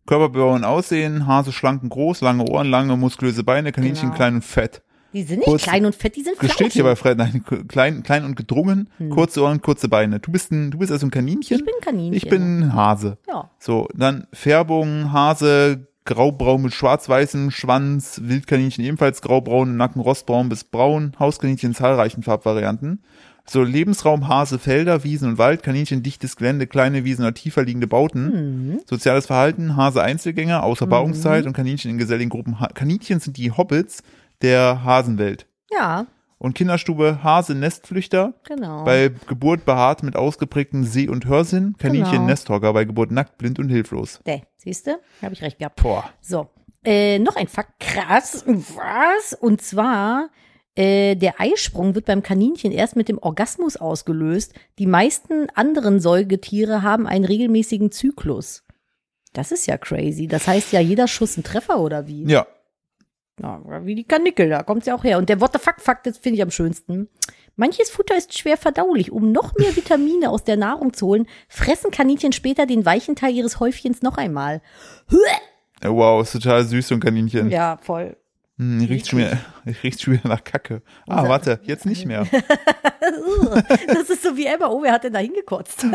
A: Körperbau und Aussehen, Hase schlank und groß, lange Ohren, lange muskulöse Beine, Kaninchen
B: Genau.
A: klein und fett.
B: Die sind nicht
A: Kurz-
B: klein und fett, die sind
A: Das steht hier
B: flauschig.
A: bei Fred, nein, k- klein, klein und gedrungen, kurze Ohren, kurze Beine. Du bist ein, du bist also ein Kaninchen.
B: Hm. Ich bin ein Kaninchen.
A: Ich bin ein Hase.
B: Ja.
A: So, dann Färbung, Hase, graubraun mit schwarz-weißem Schwanz, Wildkaninchen ebenfalls graubraun, Nacken rostbraun bis braun, Hauskaninchen in zahlreichen Farbvarianten. So, Lebensraum, Hase, Felder, Wiesen und Wald, Kaninchen, dichtes Gelände, kleine Wiesen oder tiefer liegende Bauten. Soziales Verhalten, Hase Einzelgänger, außer Bauungszeit und Kaninchen in geselligen Gruppen. Ha Kaninchen sind die Hobbits der Hasenwelt.
B: Ja,
A: Und Kinderstube, Hase, Nestflüchter,
B: genau.
A: bei Geburt behaart mit ausgeprägtem Seh- und Hörsinn, Kaninchen,
B: Genau.
A: Nesthocker, bei Geburt nackt, blind und hilflos.
B: Nee, siehst du? Habe ich recht gehabt.
A: Boah.
B: So. Äh, noch ein Fakt. Krass. Was? Und zwar, äh, der Eisprung wird beim Kaninchen erst mit dem Orgasmus ausgelöst. Die meisten anderen Säugetiere haben einen regelmäßigen Zyklus. Das ist ja crazy. Das heißt ja, jeder Schuss ein Treffer oder wie?
A: Ja,
B: Na, wie die Kanickel, da kommt's ja auch her. Und der What the fuck-Fakt, das finde ich am schönsten. Manches Futter ist schwer verdaulich. Um noch mehr Vitamine aus der Nahrung zu holen, fressen Kaninchen später den weichen Teil ihres Häufchens noch einmal.
A: Äh, Wow, ist total süß, so ein Kaninchen.
B: Ja, voll.
A: Hm, riecht schon wieder, riecht schon wieder nach Kacke. Ah,
B: Unser-
A: warte, jetzt nicht mehr.
B: Das ist so wie Emma, oh, wer hat denn da hingekotzt?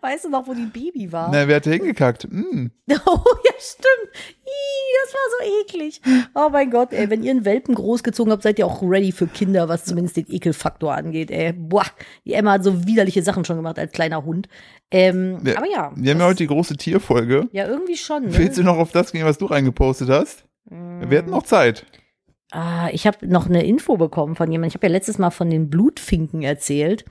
B: weißt du noch, wo die Baby war?
A: Na, wer hat da hingekackt? Hm.
B: Oh, ja, stimmt. Ih, das war so eklig. Oh mein Gott, ey, wenn ihr einen Welpen großgezogen habt, seid ihr auch ready für Kinder, was zumindest den Ekelfaktor angeht, ey. Boah, die Emma hat so widerliche Sachen schon gemacht als kleiner Hund. Ähm,
A: Wir,
B: aber ja.
A: Wir haben
B: das-
A: ja heute die große Tierfolge.
B: ja, Hm. irgendwie schon.
A: Willst du
B: Ne? Mhm.
A: noch auf das gehen, was du reingepostet hast? Wir hatten noch Zeit.
B: Ah, ich habe noch eine Info bekommen von jemandem. Ich habe ja letztes Mal von den Blutfinken erzählt.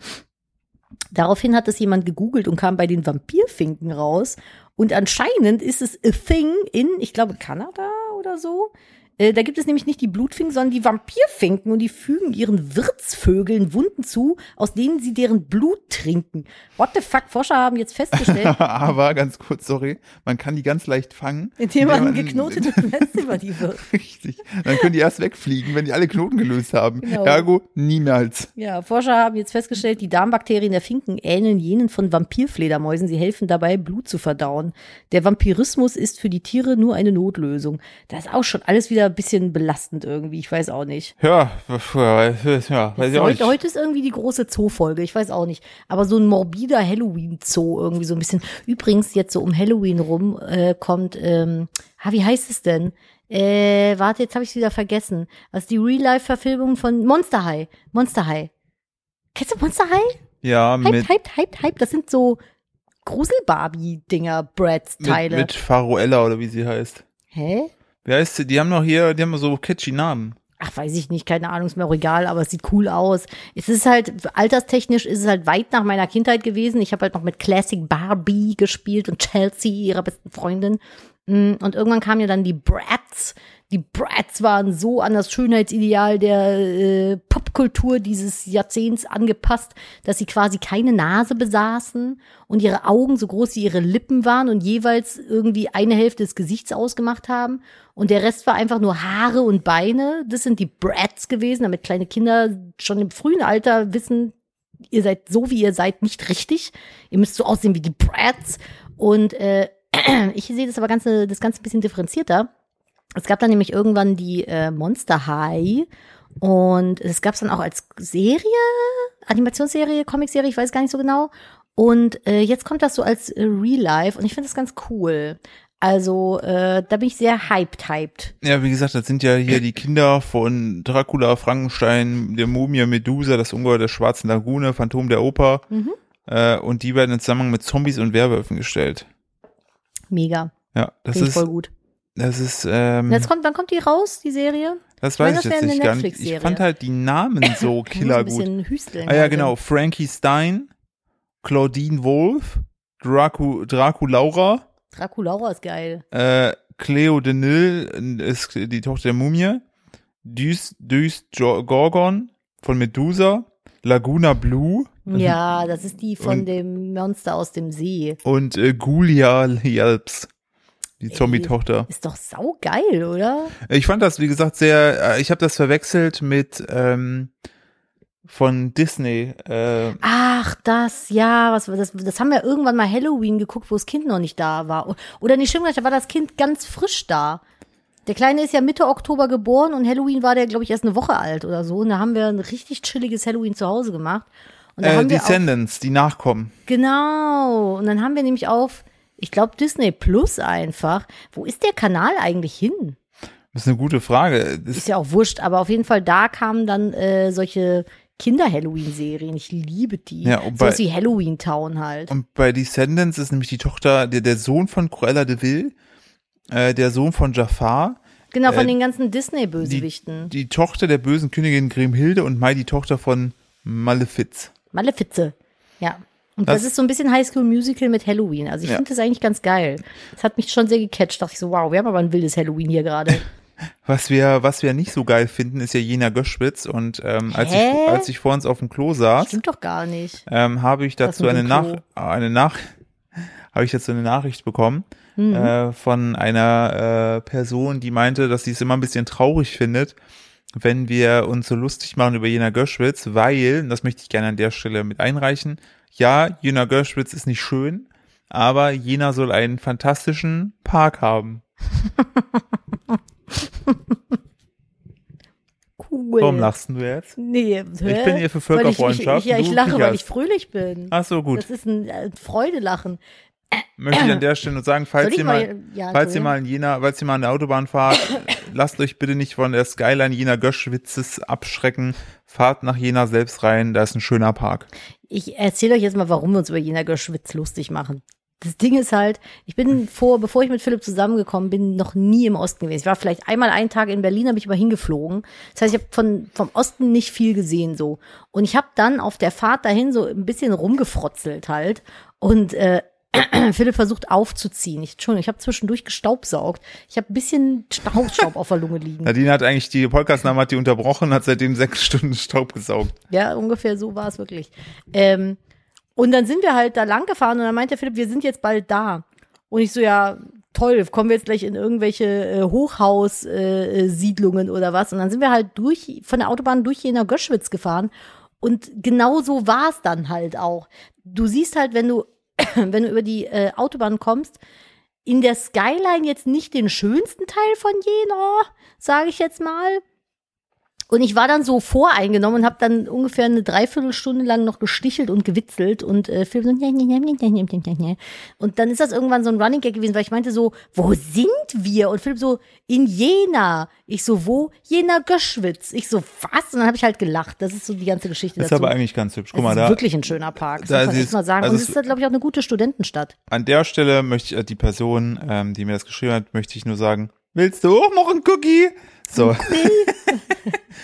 B: Daraufhin hat es jemand gegoogelt und kam bei den Vampirfinken raus. Und anscheinend ist es a thing in, ich glaube, Kanada oder so. Äh, Da gibt es nämlich nicht die Blutfinken, sondern die Vampirfinken und die fügen ihren Wirtsvögeln Wunden zu, aus denen sie deren Blut trinken. What the fuck? Forscher haben jetzt festgestellt,
A: Aber ganz kurz, sorry, man kann die ganz leicht fangen.
B: indem man ein
A: geknotet.
B: geknotetes Netz über die wirft.
A: Richtig. Dann können die erst wegfliegen, wenn die alle Knoten gelöst haben.
B: Genau.
A: Ergo, niemals.
B: Ja, Forscher haben jetzt festgestellt, die Darmbakterien der Finken ähneln jenen von Vampirfledermäusen. Sie helfen dabei, Blut zu verdauen. Der Vampirismus ist für die Tiere nur eine Notlösung. Das ist auch schon alles wieder ein bisschen belastend irgendwie. Ich weiß auch nicht.
A: Ja, ja, ja weiß ich auch nicht.
B: Heute, heute ist irgendwie die große Zoo-Folge. Ich weiß auch nicht. Aber so ein morbider Halloween-Zoo irgendwie so ein bisschen. Übrigens, jetzt so um Halloween rum äh, kommt, ähm, ah, wie heißt es denn? Äh, warte, jetzt habe ich es wieder vergessen. Was ist die Real-Life-Verfilmung von Monster High? Monster High. Kennst du Monster High?
A: ja, mit,
B: Hype, hype, hype, hype. Das sind so Grusel-Barbie-Dinger,
A: mit,
B: Brads-Teile.
A: mit Faruella oder wie sie heißt.
B: Hä?
A: Wie heißt sie? Die haben noch hier, die haben so catchy Namen.
B: Ach, weiß ich nicht, keine Ahnung, ist mir auch egal, aber es sieht cool aus. Es ist halt, alterstechnisch ist es halt weit nach meiner Kindheit gewesen. Ich habe halt noch mit Classic Barbie gespielt und Chelsea, ihrer besten Freundin. Mm, Und irgendwann kamen ja dann die Brats. Die Brats waren so an das Schönheitsideal der äh, Popkultur dieses Jahrzehnts angepasst, dass sie quasi keine Nase besaßen und ihre Augen so groß wie ihre Lippen waren und jeweils irgendwie eine Hälfte des Gesichts ausgemacht haben. Und der Rest war einfach nur Haare und Beine. Das sind die Brats gewesen, damit kleine Kinder schon im frühen Alter wissen, ihr seid so, wie ihr seid, nicht richtig. Ihr müsst so aussehen wie die Brats. Und äh, ich sehe das aber ganze, das Ganze ein bisschen differenzierter. Es gab dann nämlich irgendwann die äh, Monster High und es gab es dann auch als Serie, Animationsserie, Comicserie, ich weiß gar nicht so genau. Und äh, jetzt kommt das so als äh, Real Life und ich finde das ganz cool. Also äh, da bin ich sehr hyped, hyped.
A: Ja, wie gesagt, das sind ja hier die Kinder von Dracula, Frankenstein, der Mumie, Medusa, das Ungeheuer der Schwarzen Lagune, Phantom der Oper.
B: Mhm.
A: Äh, und die werden in Zusammenhang mit Zombies und Werwölfen gestellt.
B: Mega,
A: Ja, das
B: finde ich
A: ist,
B: voll gut.
A: das ist, ähm,
B: Und jetzt kommt, wann kommt die raus, die Serie?
A: das
B: ich meine,
A: weiß ich jetzt
B: das wäre eine
A: nicht gar nicht. Ich
B: Netflix-Serie.
A: fand halt die Namen so
B: Ich muss ein
A: killergut.
B: bisschen hüsteln.
A: Ah ja,
B: also.
A: genau. Frankie Stein, Claudine Wolf, Dracu, Dracu Laura,
B: Draculaura ist geil.
A: Äh, Cleo Denil äh, ist die Tochter der Mumie. Düs, Düs Jo- Gorgon von Medusa. Laguna Blue
B: Ja, das ist die von
A: Mhm. Und-
B: dem Monster aus dem See.
A: und äh, Gulia Yelps. Die Zombie-Tochter.
B: Ist doch saugeil, oder?
A: Ich fand das, wie gesagt, sehr. Äh, ich habe das verwechselt mit ähm, von Disney. Äh,
B: Ach, das, ja, was war das? Das haben wir irgendwann mal Halloween geguckt, wo das Kind noch nicht da war. Oder nicht stimmt, gar nicht, da war das Kind ganz frisch da. Der Kleine ist ja Mitte Oktober geboren und Halloween war der, glaube ich, erst eine Woche alt oder so. Und da haben wir ein richtig chilliges Halloween zu Hause gemacht. Und da
A: äh,
B: haben wir auch,
A: Descendants, die Nachkommen.
B: genau. Und dann haben wir nämlich auf, ich glaube, Disney Plus einfach. Wo ist der Kanal eigentlich hin?
A: Das ist eine gute Frage. Das,
B: ist ja auch wurscht, aber auf jeden Fall da kamen dann äh, solche Kinder-Halloween-Serien. Ich liebe die.
A: Ja, und
B: so
A: bei-
B: was wie Halloween Town halt.
A: Und bei Descendants ist nämlich die Tochter, der, der Sohn von Cruella de Vil, äh, der Sohn von Jafar,
B: Genau, von
A: äh,
B: den ganzen
A: die,
B: Disney-Bösewichten.
A: die Tochter der bösen Königin Grimhilde und Mai die Tochter von Malefiz.
B: Malefize. Ja. Und das,
A: Das-
B: ist so ein bisschen High School Musical mit Halloween. Also ich
A: Ja.
B: finde das eigentlich ganz geil. Das hat mich schon sehr gecatcht. Dachte ich so, wow, wir haben aber ein wildes Halloween hier gerade.
A: Was wir, was wir nicht so geil finden, ist ja Jena Göschwitz. Und ähm, als, ich,
B: Hä?
A: als ich vor uns auf dem Klo saß,
B: Stimmt doch gar nicht.
A: ähm, habe ich dazu
B: mit
A: eine,
B: dem
A: Nach
B: Klo.
A: eine Nach habe ich dazu eine Nachricht bekommen
B: Mhm.
A: äh, von einer äh, Person, die meinte, dass sie es immer ein bisschen traurig findet, wenn wir uns so lustig machen über Jena Göschwitz, weil, und das möchte ich gerne an der Stelle mit einreichen, ja, Jena Göschwitz ist nicht schön, aber Jena soll einen fantastischen Park haben.
B: Cool.
A: Warum lachst du jetzt?
B: Nee, hä?
A: bin hier für
B: Weil ich-
A: Völkerfreundschaft,
B: Ich, ich, ja, ich
A: du
B: lache, weil
A: kicherst.
B: ich fröhlich bin.
A: Ach so, gut.
B: Das ist ein äh, Freudelachen.
A: Möchte ich an der Stelle nur sagen, falls
B: Soll ich
A: ihr
B: mal-
A: mal,
B: ja,
A: falls ihr
B: Entschuldigung.
A: mal in Jena, falls ihr mal an der Autobahn fahrt, lasst euch bitte nicht von der Skyline Jena Göschwitzes abschrecken. Fahrt nach Jena selbst rein, da ist ein schöner Park.
B: Ich erzähle euch jetzt mal, warum wir uns über Jena Geschwitz lustig machen. Das Ding ist halt, ich bin vor, bevor ich mit Philipp zusammengekommen bin, noch nie im Osten gewesen. Ich war vielleicht einmal einen Tag in Berlin, habe ich aber hingeflogen. Das heißt, ich habe von vom Osten nicht viel gesehen so. Und ich habe dann auf der Fahrt dahin so ein bisschen rumgefrotzelt halt und äh, Philipp versucht aufzuziehen. Ich, Entschuldigung, ich habe zwischendurch gestaubsaugt. Ich habe ein bisschen Hausstaub auf der Lunge liegen.
A: Nadine hat eigentlich die Podcast-Name hat die unterbrochen, hat seitdem sechs Stunden Staub gesaugt.
B: Ja, ungefähr so war es wirklich. Ähm, und dann sind wir halt da lang gefahren und dann meinte Philipp, wir sind jetzt bald da. Und ich so, ja, toll, kommen wir jetzt gleich in irgendwelche äh, Hochhaussiedlungen äh, Siedlungen oder was. Und dann sind wir halt durch, von der Autobahn durch Jena Göschwitz gefahren. Und genau so war es dann halt auch. Du siehst halt, wenn du, wenn du über die äh, Autobahn kommst, in der Skyline jetzt nicht den schönsten Teil von Jena, sage ich jetzt mal. Und ich war dann so voreingenommen und habe dann ungefähr eine Dreiviertelstunde lang noch gestichelt und gewitzelt und äh, Film so. "Nja, nja, nja, nja, nja, nja, nja, nja." Und dann ist das irgendwann so ein Running Gag gewesen, weil ich meinte so, wo sind wir? Und Philipp so, in Jena. Ich so, wo? Jena Göschwitz. Ich so, was? Und dann habe ich halt gelacht. Das ist so die ganze Geschichte
A: Das ist
B: dazu.
A: aber eigentlich ganz hübsch. Guck
B: es
A: mal,
B: ist
A: da,
B: wirklich ein schöner Park. Das
A: da
B: muss man
A: ist-
B: echt mal sagen.
A: also
B: und
A: es-
B: es ist, glaube ich, auch eine gute Studentenstadt.
A: an der Stelle möchte ich äh, die Person, ähm, die mir das geschrieben hat, möchte ich nur sagen, willst du auch noch einen Cookie? So.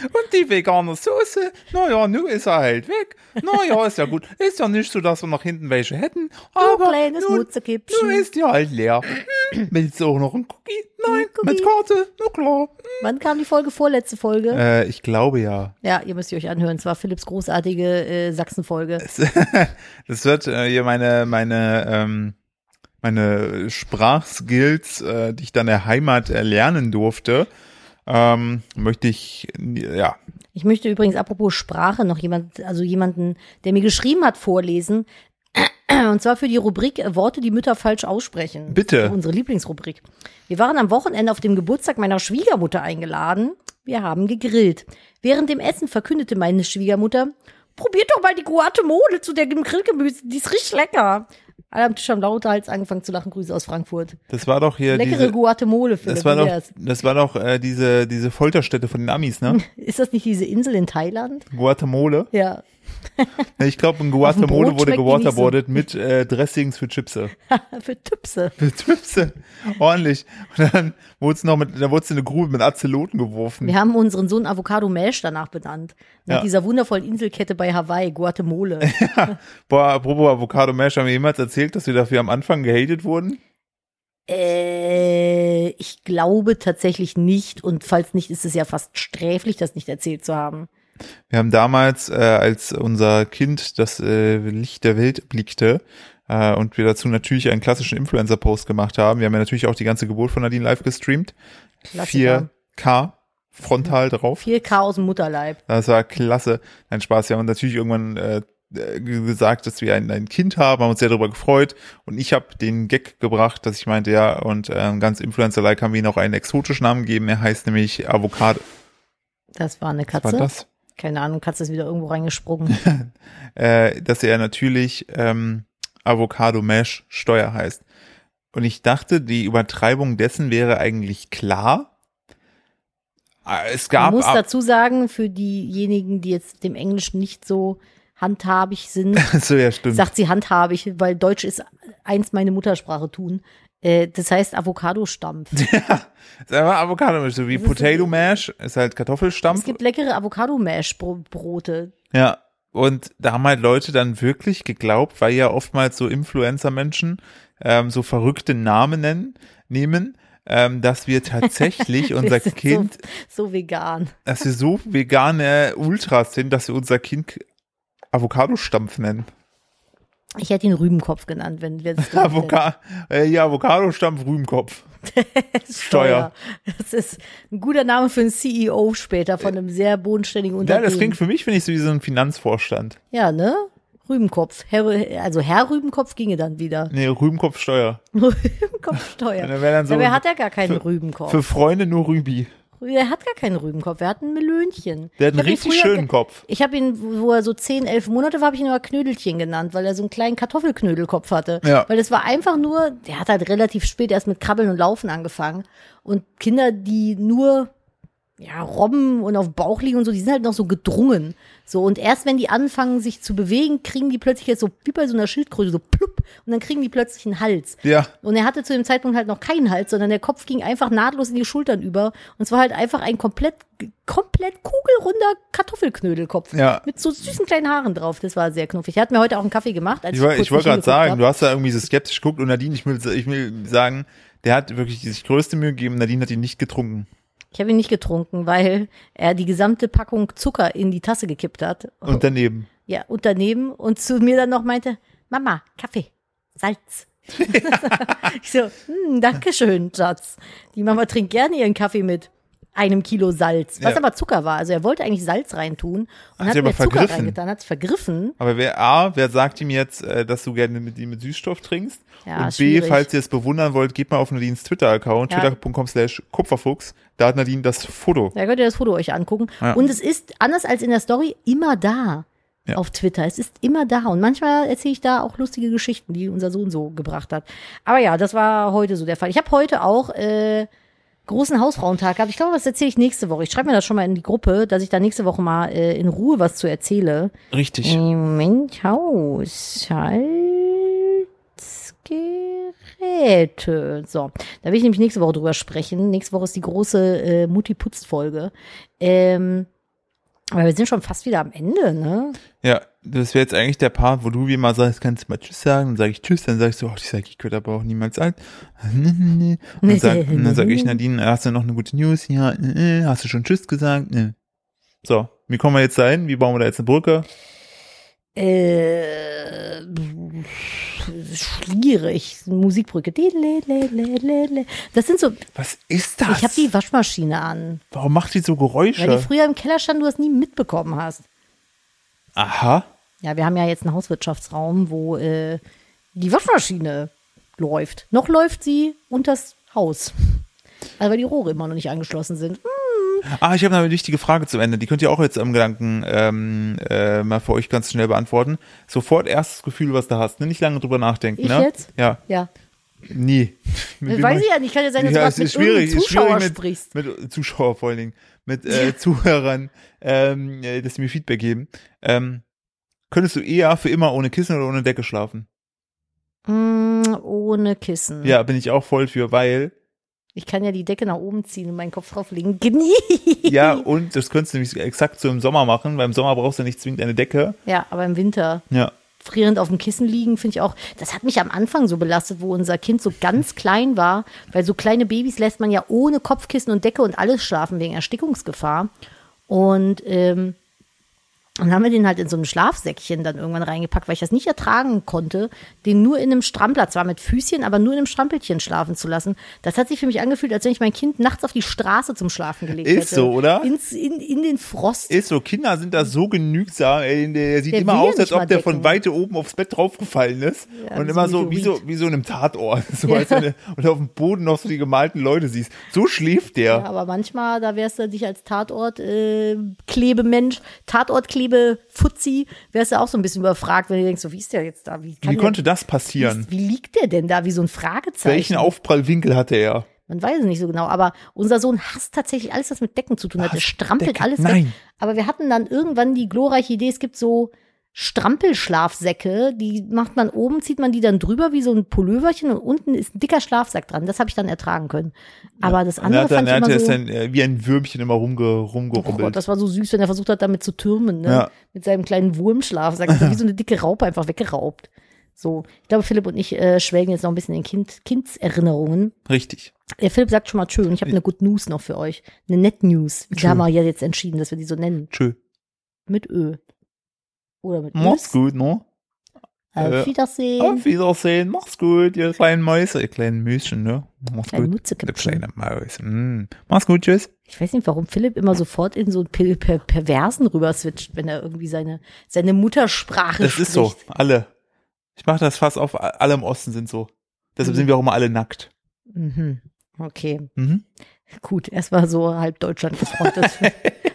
A: Und die vegane Soße, naja, nu ist er halt weg. Naja, ist ja gut. Ist ja nicht so, dass wir noch hinten welche hätten. Aber
B: kleines
A: nun,
B: Mutterkippchen.
A: nun ist die halt leer. Hm, Willst du auch noch einen Cookie? Nein,
B: Mhm. Cookie. Mhm.
A: mit Karte, na klar.
B: Wann kam die Folge? Vorletzte Folge?
A: Äh, ich glaube ja.
B: Ja, ihr müsst ihr euch anhören. Es war Philipps großartige äh, Sachsen-Folge.
A: Das wird äh, hier meine, meine, ähm, meine Sprachskills, äh, die ich dann in der Heimat erlernen durfte, ähm, möchte ich, äh, ja,
B: Ich möchte übrigens apropos Sprache noch jemand, also jemanden, der mir geschrieben hat, vorlesen. Und zwar für die Rubrik äh, Worte, die Mütter falsch aussprechen.
A: Bitte.
B: Unsere Lieblingsrubrik. Wir waren am Wochenende auf dem Geburtstag meiner Schwiegermutter eingeladen. Wir haben gegrillt. Während dem Essen verkündete meine Schwiegermutter, probiert doch mal die Guatemole zu der Grillgemüse, die ist richtig lecker. Alle am Tisch haben lauthals angefangen zu lachen. Grüße aus Frankfurt.
A: das war doch hier
B: Leckere
A: diese,
B: Guatemole, Philipp.
A: das war
B: wie
A: doch,
B: wär's?
A: das war doch äh, diese, diese Folterstätte von den Amis, ne?
B: Ist das nicht diese Insel in Thailand?
A: Guatemole.
B: Ja.
A: Ich glaube, in
B: dem
A: Guatemole wurde
B: Brot schmeckt die nicht so.
A: gewaterboardet mit äh, Dressings für Chipse.
B: Für Tüpse.
A: Für Chipse. Ordentlich. Und dann wurde es noch mit, da wurde in eine Grube mit Azeloten geworfen.
B: Wir haben unseren Sohn Avocado Mash danach benannt. Nach
A: Ja.
B: dieser wundervollen Inselkette bei Hawaii, Guatemala.
A: Boah, apropos Avocado Mash, haben wir jemals erzählt, dass wir dafür am Anfang gehatet wurden?
B: äh, ich glaube tatsächlich nicht. Und falls nicht, ist es ja fast sträflich, das nicht erzählt zu haben.
A: Wir haben damals, äh, als unser Kind das äh, Licht der Welt blickte äh, und wir dazu natürlich einen klassischen Influencer-Post gemacht haben, wir haben ja natürlich auch die ganze Geburt von Nadine live gestreamt.
B: Klassiker.
A: 4K frontal drauf.
B: 4K aus dem Mutterleib.
A: Das war klasse. Ein Spaß. Wir haben natürlich irgendwann äh, äh, gesagt, dass wir ein, ein Kind haben, haben uns sehr darüber gefreut. Und ich habe den Gag gebracht, dass ich meinte, ja, und ähm, ganz Influencer-like haben wir ihm auch einen exotischen Namen gegeben. Er heißt nämlich Avocado.
B: Das war eine
A: Was
B: Katze.
A: war das?
B: Keine Ahnung, Katze ist wieder irgendwo reingesprungen.
A: äh, dass er natürlich ähm, Avocado Mash Steuer heißt. Und ich dachte, die Übertreibung dessen wäre eigentlich klar. Äh, Es
B: Man
A: gab
B: muss
A: ab,
B: dazu sagen, für diejenigen, die jetzt dem Englischen nicht so handhabig sind,
A: so ja stimmt.
B: sagt sie handhabig, weil Deutsch ist eins meine Muttersprache tun. Äh, das heißt Avocado-Stampf.
A: Es ist einfach Avocado Mash, so wie
B: Das ist-
A: Potato Mash ist halt
B: Es
A: Kartoffelstampf.
B: gibt leckere Avocado-Mash-Brote.
A: Ja. Und da haben halt Leute dann wirklich geglaubt, weil ja oftmals so Influencer-Menschen ähm, so verrückte Namen nennen, nehmen, ähm, dass wir tatsächlich unser
B: Wir sind
A: Kind
B: So, so vegan.
A: dass wir so vegane Ultras sind, dass wir unser Kind Avocado-Stampf nennen.
B: Ich hätte ihn Rübenkopf genannt, wenn wir das gemacht hätten.
A: Avoca äh, ja, Avocado-Stampf, Rühmkopf. Steuer.
B: Das ist ein guter Name für einen CEO später von einem sehr
A: Äh,
B: bodenständigen
A: Ja,
B: Unternehmen.
A: das klingt für mich, finde ich, so wie so ein Finanzvorstand.
B: Ja, ne? Rübenkopf. Herr, also Herr Rübenkopf ginge dann wieder.
A: Nee, Rühmkopf-Steuer.
B: Rübenkopfsteuer.
A: Und dann wär dann so-
B: Aber er hat ja gar keinen
A: für-
B: Rübenkopf.
A: Für Freunde nur Rübi.
B: er hat gar keinen Rübenkopf. Er hat ein Melönchen.
A: Der hat einen
B: Ich hab ihn
A: richtig
B: früher
A: schönen
B: ge-
A: Kopf.
B: Ich habe ihn, wo er so 10, 11 Monate war, habe ich ihn immer Knödelchen genannt, weil er so einen kleinen Kartoffelknödelkopf hatte.
A: Ja.
B: Weil das war einfach nur, der hat halt relativ spät erst mit Krabbeln und Laufen angefangen. Und Kinder, die nur ja, robben und auf dem Bauch liegen und so, die sind halt noch so gedrungen. So, und erst wenn die anfangen, sich zu bewegen, kriegen die plötzlich jetzt so, wie bei so einer Schildkröte, so plupp, und dann kriegen die plötzlich einen Hals.
A: Ja.
B: Und er hatte zu dem Zeitpunkt halt noch keinen Hals, sondern der Kopf ging einfach nahtlos in die Schultern über. Und es war halt einfach ein komplett, komplett kugelrunder Kartoffelknödelkopf.
A: Ja.
B: Mit so süßen kleinen Haaren drauf. Das war sehr knuffig. Er hat mir heute auch einen Kaffee gemacht. Als
A: Ich, woll-
B: kurz
A: ich wollte
B: nicht
A: gerade
B: hingeguckt
A: sagen,
B: hab.
A: du hast da irgendwie so skeptisch geguckt und Nadine, ich will, ich will sagen, der hat wirklich die sich größte Mühe gegeben, Nadine hat ihn nicht getrunken.
B: Ich habe ihn nicht getrunken, weil er die gesamte Packung Zucker in die Tasse gekippt hat.
A: Und daneben.
B: ja, und daneben. Und zu mir dann noch meinte, Mama, Kaffee, Salz. ich so, hm, danke schön, Schatz. Die Mama trinkt gerne ihren Kaffee mit einem Kilo Salz, was
A: Ja.
B: aber Zucker war. Also er wollte eigentlich Salz reintun und
A: sie
B: hat
A: aber
B: mir Zucker
A: vergriffen.
B: reingetan, hat es vergriffen.
A: Aber wer A, wer sagt ihm jetzt, äh, dass du gerne mit ihm mit Süßstoff trinkst?
B: Ja,
A: und B,
B: schwierig.
A: falls ihr es bewundern wollt, geht mal auf Nadines Twitter-Account,
B: Ja.
A: twitter.com slash kupferfuchs. Da hat Nadine das Foto.
B: Da könnt ihr das Foto euch angucken.
A: Ja.
B: Und es ist, anders als in der Story, immer da
A: Ja.
B: auf Twitter. Es ist immer da. Und manchmal erzähle ich da auch lustige Geschichten, die unser Sohn so gebracht hat. Aber ja, das war heute so der Fall. Ich habe heute auch äh, großen Hausfrauentag gehabt. Ich glaube, das erzähle ich nächste Woche. Ich schreibe mir das schon mal in die Gruppe, dass ich da nächste Woche mal äh, in Ruhe was zu erzähle. Mhm.
A: Richtig.
B: Moment, Haushaltsgerät. hätte. So, da will ich nämlich nächste Woche drüber sprechen. Nächste Woche ist die große äh, Mutti-Putzt-Folge. Ähm, aber wir sind schon fast wieder am Ende, ne?
A: Ja, das wäre jetzt eigentlich der Part, wo du mir mal sagst, kannst du mal Tschüss sagen? Dann sage ich Tschüss, dann sagst du, oh, die sage ich, könnte aber auch niemals alt. Und dann sag, und dann sage ich Nadine, hast du noch eine gute News? Ja, äh, äh, hast du schon Tschüss gesagt? Nee. So, wie kommen wir jetzt dahin? Wie bauen wir da jetzt eine Brücke?
B: Äh, schwierig. Musikbrücke. Das sind so.
A: Was ist das?
B: Ich habe die Waschmaschine an,
A: Warum macht die so
B: weil die
A: Geräusche?
B: früher im Keller stand, du das nie mitbekommen hast.
A: Aha.
B: Ja, wir haben ja jetzt einen Hauswirtschaftsraum, wo äh, die Waschmaschine läuft. Noch läuft sie unters Haus. Also weil die Rohre immer noch nicht angeschlossen sind. Hm,
A: Ah, ich habe noch eine wichtige Frage zum Ende. Die könnt ihr auch jetzt am Gedanken ähm, äh, mal für euch ganz schnell beantworten. Sofort erstes Gefühl, was du hast. Ne? Nicht lange drüber nachdenken.
B: Ich
A: ne?
B: jetzt?
A: Ja,
B: Ja.
A: nie. Mit wem
B: Weiß
A: hab
B: ich ja nicht. Kann ja sein, dass du
A: es
B: gerade mit
A: ist schwierig,
B: irgendeinem
A: ist
B: Zuschauer
A: schwierig
B: sprichst.
A: mit, mit Zuschauer vor allen Dingen, mit äh, Zuhörern, ähm, äh, dass sie mir Feedback geben. Ähm, könntest du eher für immer ohne Kissen oder ohne Decke schlafen?
B: Hm, ohne Kissen.
A: Ja, bin ich auch voll für, weil
B: Ich kann ja die Decke nach oben ziehen und meinen Kopf drauflegen. Genie.
A: ja und das könntest du nämlich exakt so im Sommer machen. Beim Sommer brauchst du nicht zwingend eine Decke.
B: Ja, aber im Winter.
A: Ja,
B: frierend auf dem Kissen liegen, finde ich auch, das hat mich am Anfang so belastet, wo unser Kind so ganz klein war, weil so kleine Babys lässt man ja ohne Kopfkissen und Decke und alles schlafen wegen Erstickungsgefahr. Und ähm, dann haben wir den halt in so einem Schlafsäckchen dann irgendwann reingepackt, weil ich das nicht ertragen konnte, den nur in einem Strampler, zwar mit Füßchen, aber nur in einem Strampelchen schlafen zu lassen. Das hat sich für mich angefühlt, als wenn ich mein Kind nachts auf die Straße zum Schlafen gelegt hätte.
A: Ist so, oder?
B: Ins, in, in den Frost.
A: ist so. Kinder sind da so genügsam. Ey, der, der sieht
B: Der
A: immer
B: will ja
A: aus, als
B: nicht mal
A: ob der von
B: decken.
A: weite oben aufs Bett draufgefallen ist
B: Ja,
A: und
B: so
A: immer
B: wie
A: so
B: so
A: wie so
B: Weed.
A: wie so in einem Tatort, so
B: Ja.
A: als wenn du- und auf dem Boden noch so die gemalten Leute siehst. So schläft der.
B: Ja, aber manchmal, da wärst du dich als Tatort äh, Klebemensch, Tatort Klebe Fuzzi, wärst du auch so ein bisschen überfragt, wenn du denkst, so wie ist der jetzt da? Wie, kann
A: Wie
B: der,
A: konnte das
B: wie,
A: passieren?
B: ist, wie liegt der denn da? Wie so ein Fragezeichen?
A: Welchen Aufprallwinkel hatte er?
B: Man weiß es nicht so genau, aber unser Sohn hasst tatsächlich alles, was mit Decken zu tun hat. Er
A: Was?
B: strampelt
A: Decke?
B: alles weg.
A: Nein.
B: Aber wir hatten dann irgendwann die glorreiche Idee, es gibt so Strampelschlafsäcke, die macht man oben, zieht man die dann drüber wie so ein Pulloverchen und unten ist ein dicker Schlafsack dran. Das habe ich dann ertragen können. Aber das
A: Und er
B: andere
A: hat dann,
B: fand ich
A: er
B: immer
A: hat
B: so
A: so dann äh, wie ein Würmchen immer rumge,
B: Oh Gott,
A: rumgerubbelt.
B: das war so süß, wenn er versucht hat, damit zu türmen, ne?
A: Ja.
B: Mit seinem kleinen Wurmschlaf. Sagt er, wie so eine dicke Raupe einfach weggeraubt. So, ich glaube, Philipp und ich äh, schwelgen jetzt noch ein bisschen in kind, Kindserinnerungen.
A: Richtig.
B: Der Philipp sagt schon mal schön, ich habe eine Good News noch für euch. Eine Net News. Wir
A: Tschö.
B: haben ja jetzt entschieden, dass wir die so nennen.
A: Tschö.
B: Mit Ö. Oder mit
A: Mach's
B: Ös.
A: gut, ne?
B: Auf
A: Äh,
B: Wiedersehen.
A: Auf Wiedersehen. Mach's gut, ihr kleinen Mäuse, ihr kleinen Müschen, ne? Mach's
B: Kleine
A: gut.
B: Mütze
A: Ihr
B: gibt's.
A: kleine Maus. Mm. Mach's gut, tschüss.
B: Ich weiß nicht, warum Philipp immer sofort in so einen per per Perversen rüber switcht, wenn er irgendwie seine, seine Muttersprache
A: Das
B: spricht.
A: ist so. Alle. Ich mache das fast auf. Alle im Osten sind so. Deshalb
B: Mhm.
A: sind wir auch immer alle nackt.
B: Mhm. Okay.
A: Mhm.
B: Gut, erstmal so halb Deutschland gefrontet.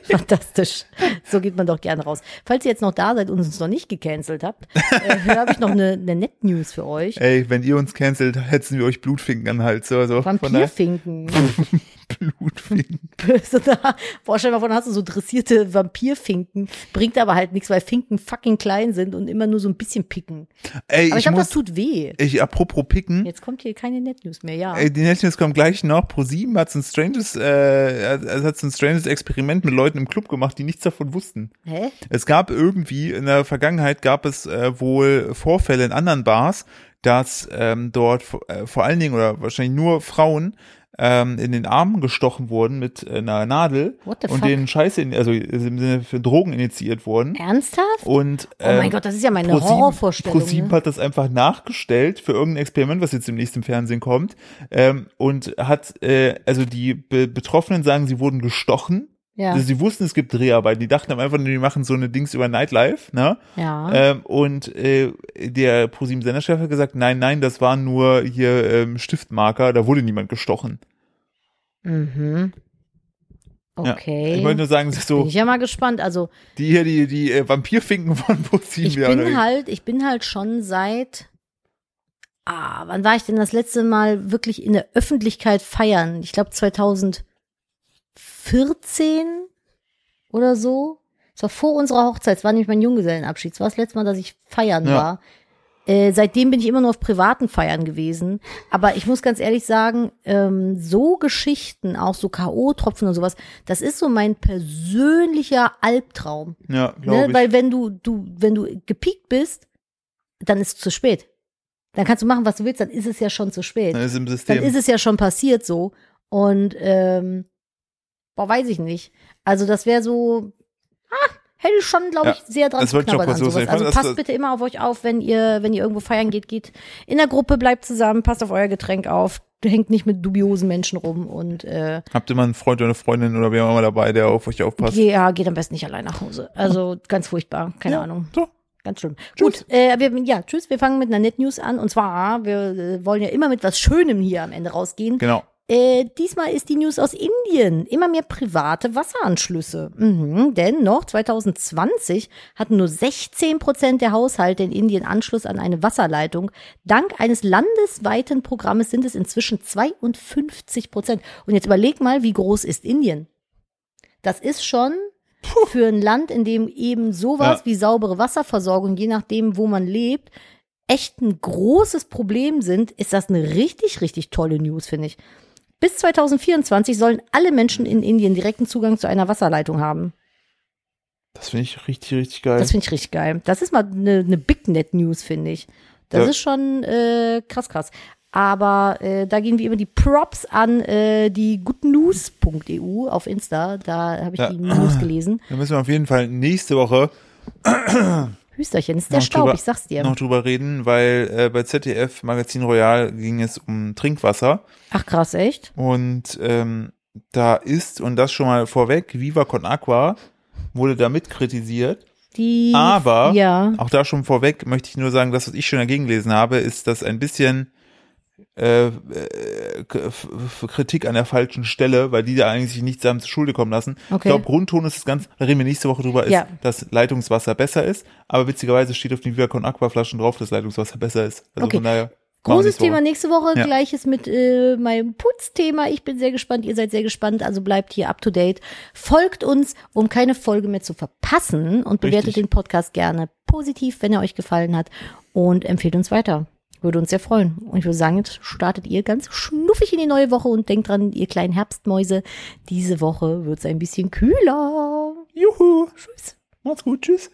B: Fantastisch. So geht man doch gerne raus. Falls ihr jetzt noch da seid und uns noch nicht gecancelt habt, äh, habe ich noch eine, eine Net-News für euch.
A: Ey, wenn ihr uns cancelt, hätten wir euch Blutfinken an den Hals. So, so. Von daher-
B: Vampirfinken.
A: Blutfinken.
B: So da- Boah, stell dir mal vor, dann hast du so dressierte Vampirfinken. Bringt aber halt nichts, weil Finken fucking klein sind und immer nur so ein bisschen picken.
A: Ey,
B: Aber ich
A: ich,
B: glaube, das
A: muss.
B: tut weh.
A: Ich, apropos Picken.
B: Jetzt kommt hier keine Net-News mehr, ja.
A: Ey, Äh, die Netflix kommt gleich noch. Pro7 hat so ein stranges, äh, also hat so ein stranges Experiment mit Leuten im Club gemacht, die nichts davon wussten.
B: Hä?
A: Es gab irgendwie, in der Vergangenheit gab es äh, wohl Vorfälle in anderen Bars, dass ähm, dort v- äh, vor allen Dingen oder wahrscheinlich nur Frauen ähm, in den Armen gestochen wurden mit äh, einer Nadel
B: What the
A: und
B: fuck?
A: denen Scheiße, in, also im Sinne für Drogen initiiert wurden.
B: Ernsthaft?
A: Und,
B: Oh mein
A: ähm,
B: Gott, das ist ja meine
A: ProSieben-
B: Horrorvorstellung.
A: ProSieben
B: ne?
A: hat das einfach nachgestellt für irgendein Experiment, was jetzt demnächst im Fernsehen kommt. Ähm, und hat, äh, also die Be Betroffenen sagen, sie wurden gestochen.
B: Ja.
A: Also sie wussten, es gibt Dreharbeiten. Die dachten am einfach, nur, die machen so eine Dings über Nightlife, ne?
B: Ja.
A: Ähm, und äh, der ProSieben Senderchef hat gesagt, nein, nein, das waren nur hier ähm, Stiftmarker, da wurde niemand gestochen.
B: Mhm.
A: Ja.
B: Okay.
A: Ich wollte nur sagen, es ist
B: Bin
A: so,
B: ich ja mal gespannt. Also
A: die hier, die, die äh, Vampirfinken von ProSieben.
B: ich
A: ja,
B: bin
A: oder wie?
B: halt, ich bin halt schon seit. Ah, wann war ich denn das letzte Mal wirklich in der Öffentlichkeit feiern? Ich glaube 2014 oder so. Es war vor unserer Hochzeit, es war nämlich mein Junggesellenabschied. Es war das letzte Mal, dass ich feiern
A: Ja.
B: war. Äh, seitdem bin ich immer nur auf privaten Feiern gewesen. Aber ich muss ganz ehrlich sagen, ähm, so Geschichten, auch so K.O.-Tropfen und sowas, das ist so mein persönlicher Albtraum.
A: Ja,
B: Ne?
A: glaube ich.
B: Weil wenn du, du, wenn du gepiekt bist, dann ist es zu spät. Dann kannst du machen, was du willst, dann ist es ja schon zu spät.
A: Dann ist im
B: dann
A: System.
B: ist es ja schon passiert so. Und ähm, boah, weiß ich nicht. Also das wäre so, ah, hätte ich schon, glaube
A: Ja,
B: ich, sehr dran
A: das wollte ich noch
B: geknabbert
A: kurz loswerden.
B: an sowas.
A: Ich fand,
B: Also
A: das-
B: passt bitte immer auf euch auf, wenn ihr, wenn ihr irgendwo feiern geht, geht in der Gruppe, bleibt zusammen, passt auf euer Getränk auf, hängt nicht mit dubiosen Menschen rum und äh,
A: Habt ihr mal einen Freund oder eine Freundin oder wer auch immer dabei, der auf euch aufpasst?
B: geh- ja, geht am besten nicht allein nach Hause. Also ganz furchtbar, keine
A: Ja,
B: Ahnung.
A: So.
B: Ganz schlimm. Gut, äh, wir, ja, tschüss. Wir fangen mit einer Net News an. Und zwar, wir äh, wollen ja immer mit was Schönem hier am Ende rausgehen.
A: Genau.
B: Äh, diesmal ist die News aus Indien. Immer mehr private Wasseranschlüsse. Mhm, denn noch 2020 hatten nur 16 Prozent der Haushalte in Indien Anschluss an eine Wasserleitung. Dank eines landesweiten Programmes sind es inzwischen 52 Prozent. Und jetzt überleg mal, wie groß ist Indien? Das ist schon für ein Land, in dem eben sowas
A: Ja.
B: wie saubere Wasserversorgung, je nachdem, wo man lebt, echt ein großes Problem sind, ist das eine richtig, richtig tolle News, finde ich. Bis 2024 sollen alle Menschen in Indien direkten Zugang zu einer Wasserleitung haben.
A: Das finde ich richtig, richtig geil.
B: Das finde ich richtig geil. Das ist mal eine, eine Big Net News, finde ich. Das
A: Ja.
B: ist schon äh, krass, krass. Aber äh, da gehen wir immer die Props an äh, die goodnews.eu auf Insta. Da habe ich
A: Ja.
B: die News gelesen.
A: Da müssen wir auf jeden Fall nächste Woche
B: Hüsterchen, ist der
A: Noch
B: Staub,
A: drüber-
B: ich sag's dir.
A: noch drüber reden, weil äh, bei ZDF Magazin Royal ging es um Trinkwasser
B: Ach krass, echt?
A: und ähm, da ist, und das schon mal vorweg, Viva Con Aqua wurde damit kritisiert.
B: Die,
A: Aber
B: ja.
A: auch da schon vorweg möchte ich nur sagen, das, was ich schon dagegen gelesen habe, ist, dass ein bisschen äh, äh, K- F- F- Kritik an der falschen Stelle, weil die da eigentlich sich nichts haben zur Schulde kommen lassen.
B: Okay.
A: Ich glaube, Grundton ist das Ganze, da reden wir nächste Woche drüber, ist,
B: Ja.
A: dass Leitungswasser besser ist, aber witzigerweise steht auf den Viacon Aqua Flaschen drauf, dass Leitungswasser besser ist. Also
B: Okay.
A: von daher. machen wir
B: Großes
A: nächste Woche.
B: Thema nächste Woche,
A: Ja.
B: gleiches mit äh, meinem Putzthema. Ich bin sehr gespannt, ihr seid sehr gespannt, also bleibt hier up to date. Folgt uns, um keine Folge mehr zu verpassen und bewertet
A: Richtig.
B: den Podcast gerne positiv, wenn er euch gefallen hat und empfehlt uns weiter. Würde uns sehr freuen. Und ich würde sagen, jetzt startet ihr ganz schnuffig in die neue Woche und denkt dran, ihr kleinen Herbstmäuse, diese Woche wird es ein bisschen kühler.
A: Juhu.
B: Tschüss.
A: Macht's gut. Tschüss.